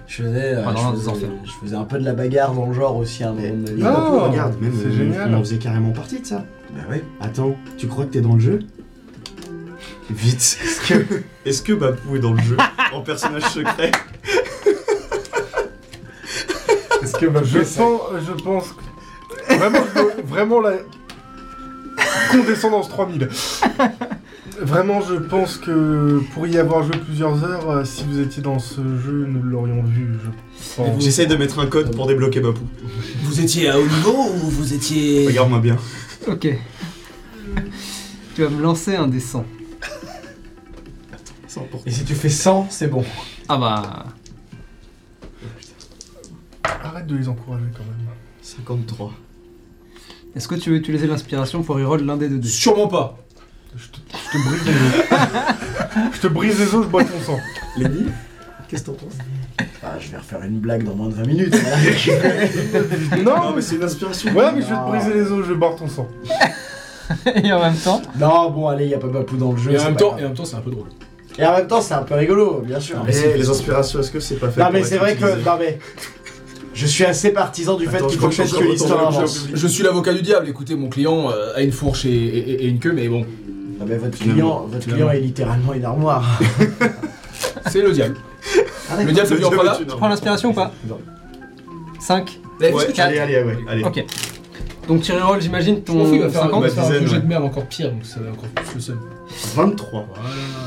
C: Je faisais, euh,
A: Ah, non,
C: je,
A: non,
C: faisais,
A: des enfers.
C: je faisais un peu de la bagarre dans le genre aussi à un moment donné.
F: Et
D: Ah,
F: Papo, regarde, même
D: c'est
F: euh,
D: génial.
F: on en faisait carrément partie de ça.
J: Bah ouais.
F: Attends, tu crois que t'es dans le jeu Vite, est-ce que, est-ce que Bapou est dans le jeu en personnage secret
J: Est-ce que ma
D: Je sens, je pense. que- Vraiment, je veux- vraiment la. Condescendance 3000. Vraiment, je pense que pour y avoir joué plusieurs heures, euh, si vous étiez dans ce jeu, nous l'aurions vu, je pense.
F: J'essaie de mettre un code pour débloquer Bapou.
B: Vous étiez à haut niveau ou vous étiez.
F: Regarde-moi bien.
A: Ok. tu vas me lancer un dessin.
J: Et si tu fais 100, c'est bon.
A: Ah bah.
D: Arrête de les encourager quand même.
F: 53.
A: Est-ce que tu veux utiliser l'inspiration pour reroll l'un des deux dés
B: Sûrement pas.
D: Je te, je te brise les os. je te brise les os, je bois ton sang.
J: Lenny Qu'est-ce que t'en penses
C: Ah, je vais refaire une blague dans moins de 20 minutes. hein.
D: Non, mais
F: c'est une inspiration.
D: Ouais, mais je vais te briser les os, je vais boire ton sang.
A: Et en même temps.
C: non, bon, allez, y a pas Bapou dans le jeu.
B: Et
C: c'est
B: en même
C: pas
B: temps,
C: hein. grave.
B: et en même temps, c'est un peu drôle.
C: Et en même temps, c'est un peu rigolo, bien sûr.
F: Eh, les inspirations, est-ce que c'est pas fait
C: Non
F: pour
C: mais
F: être
C: c'est vrai que
F: utilisé
C: non mais je suis assez partisan du
F: Attends,
C: fait
F: je
C: qu'il faut
F: crois
C: que
F: que je suis
C: l'histoire
F: retourné au
C: avance.
F: public.
B: Je suis l'avocat du diable. Écoutez, mon client euh, a une fourche et, et- et- et une queue, mais bon,
C: Non mais votre
F: Finalement,
C: client, votre
B: finalement.
C: client est littéralement une armoire.
B: c'est le diable.
C: Ah,
B: le
C: d'accord.
B: diable, ça vient pas là.
A: Tu prends l'inspiration ou pas
C: Non.
A: 5
F: Ouais,
A: Quatre.
F: allez, allez, ouais, allez.
A: Ok. Donc tu reroll, j'imagine,
B: Je m'en fous, il va
A: ton
B: faire un-
A: 50
B: il va faire un
F: dizaine,
B: jet de
F: ouais.
B: merde encore pire, donc ça va encore plus le seul.
F: 23.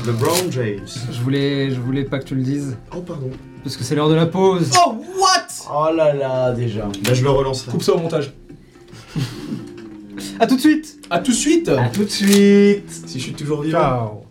F: Le Brown James.
A: je voulais, je voulais pas que tu le dises,
F: Oh, pardon.
A: parce que c'est l'heure de la pause.
B: Oh, what
C: Oh là là déjà.
F: Bah, je le relance là.
B: Coupe ça au montage.
A: A tout de suite
B: À tout de suite
C: À tout de suite.
F: Si je suis toujours vivant.
D: Ciao.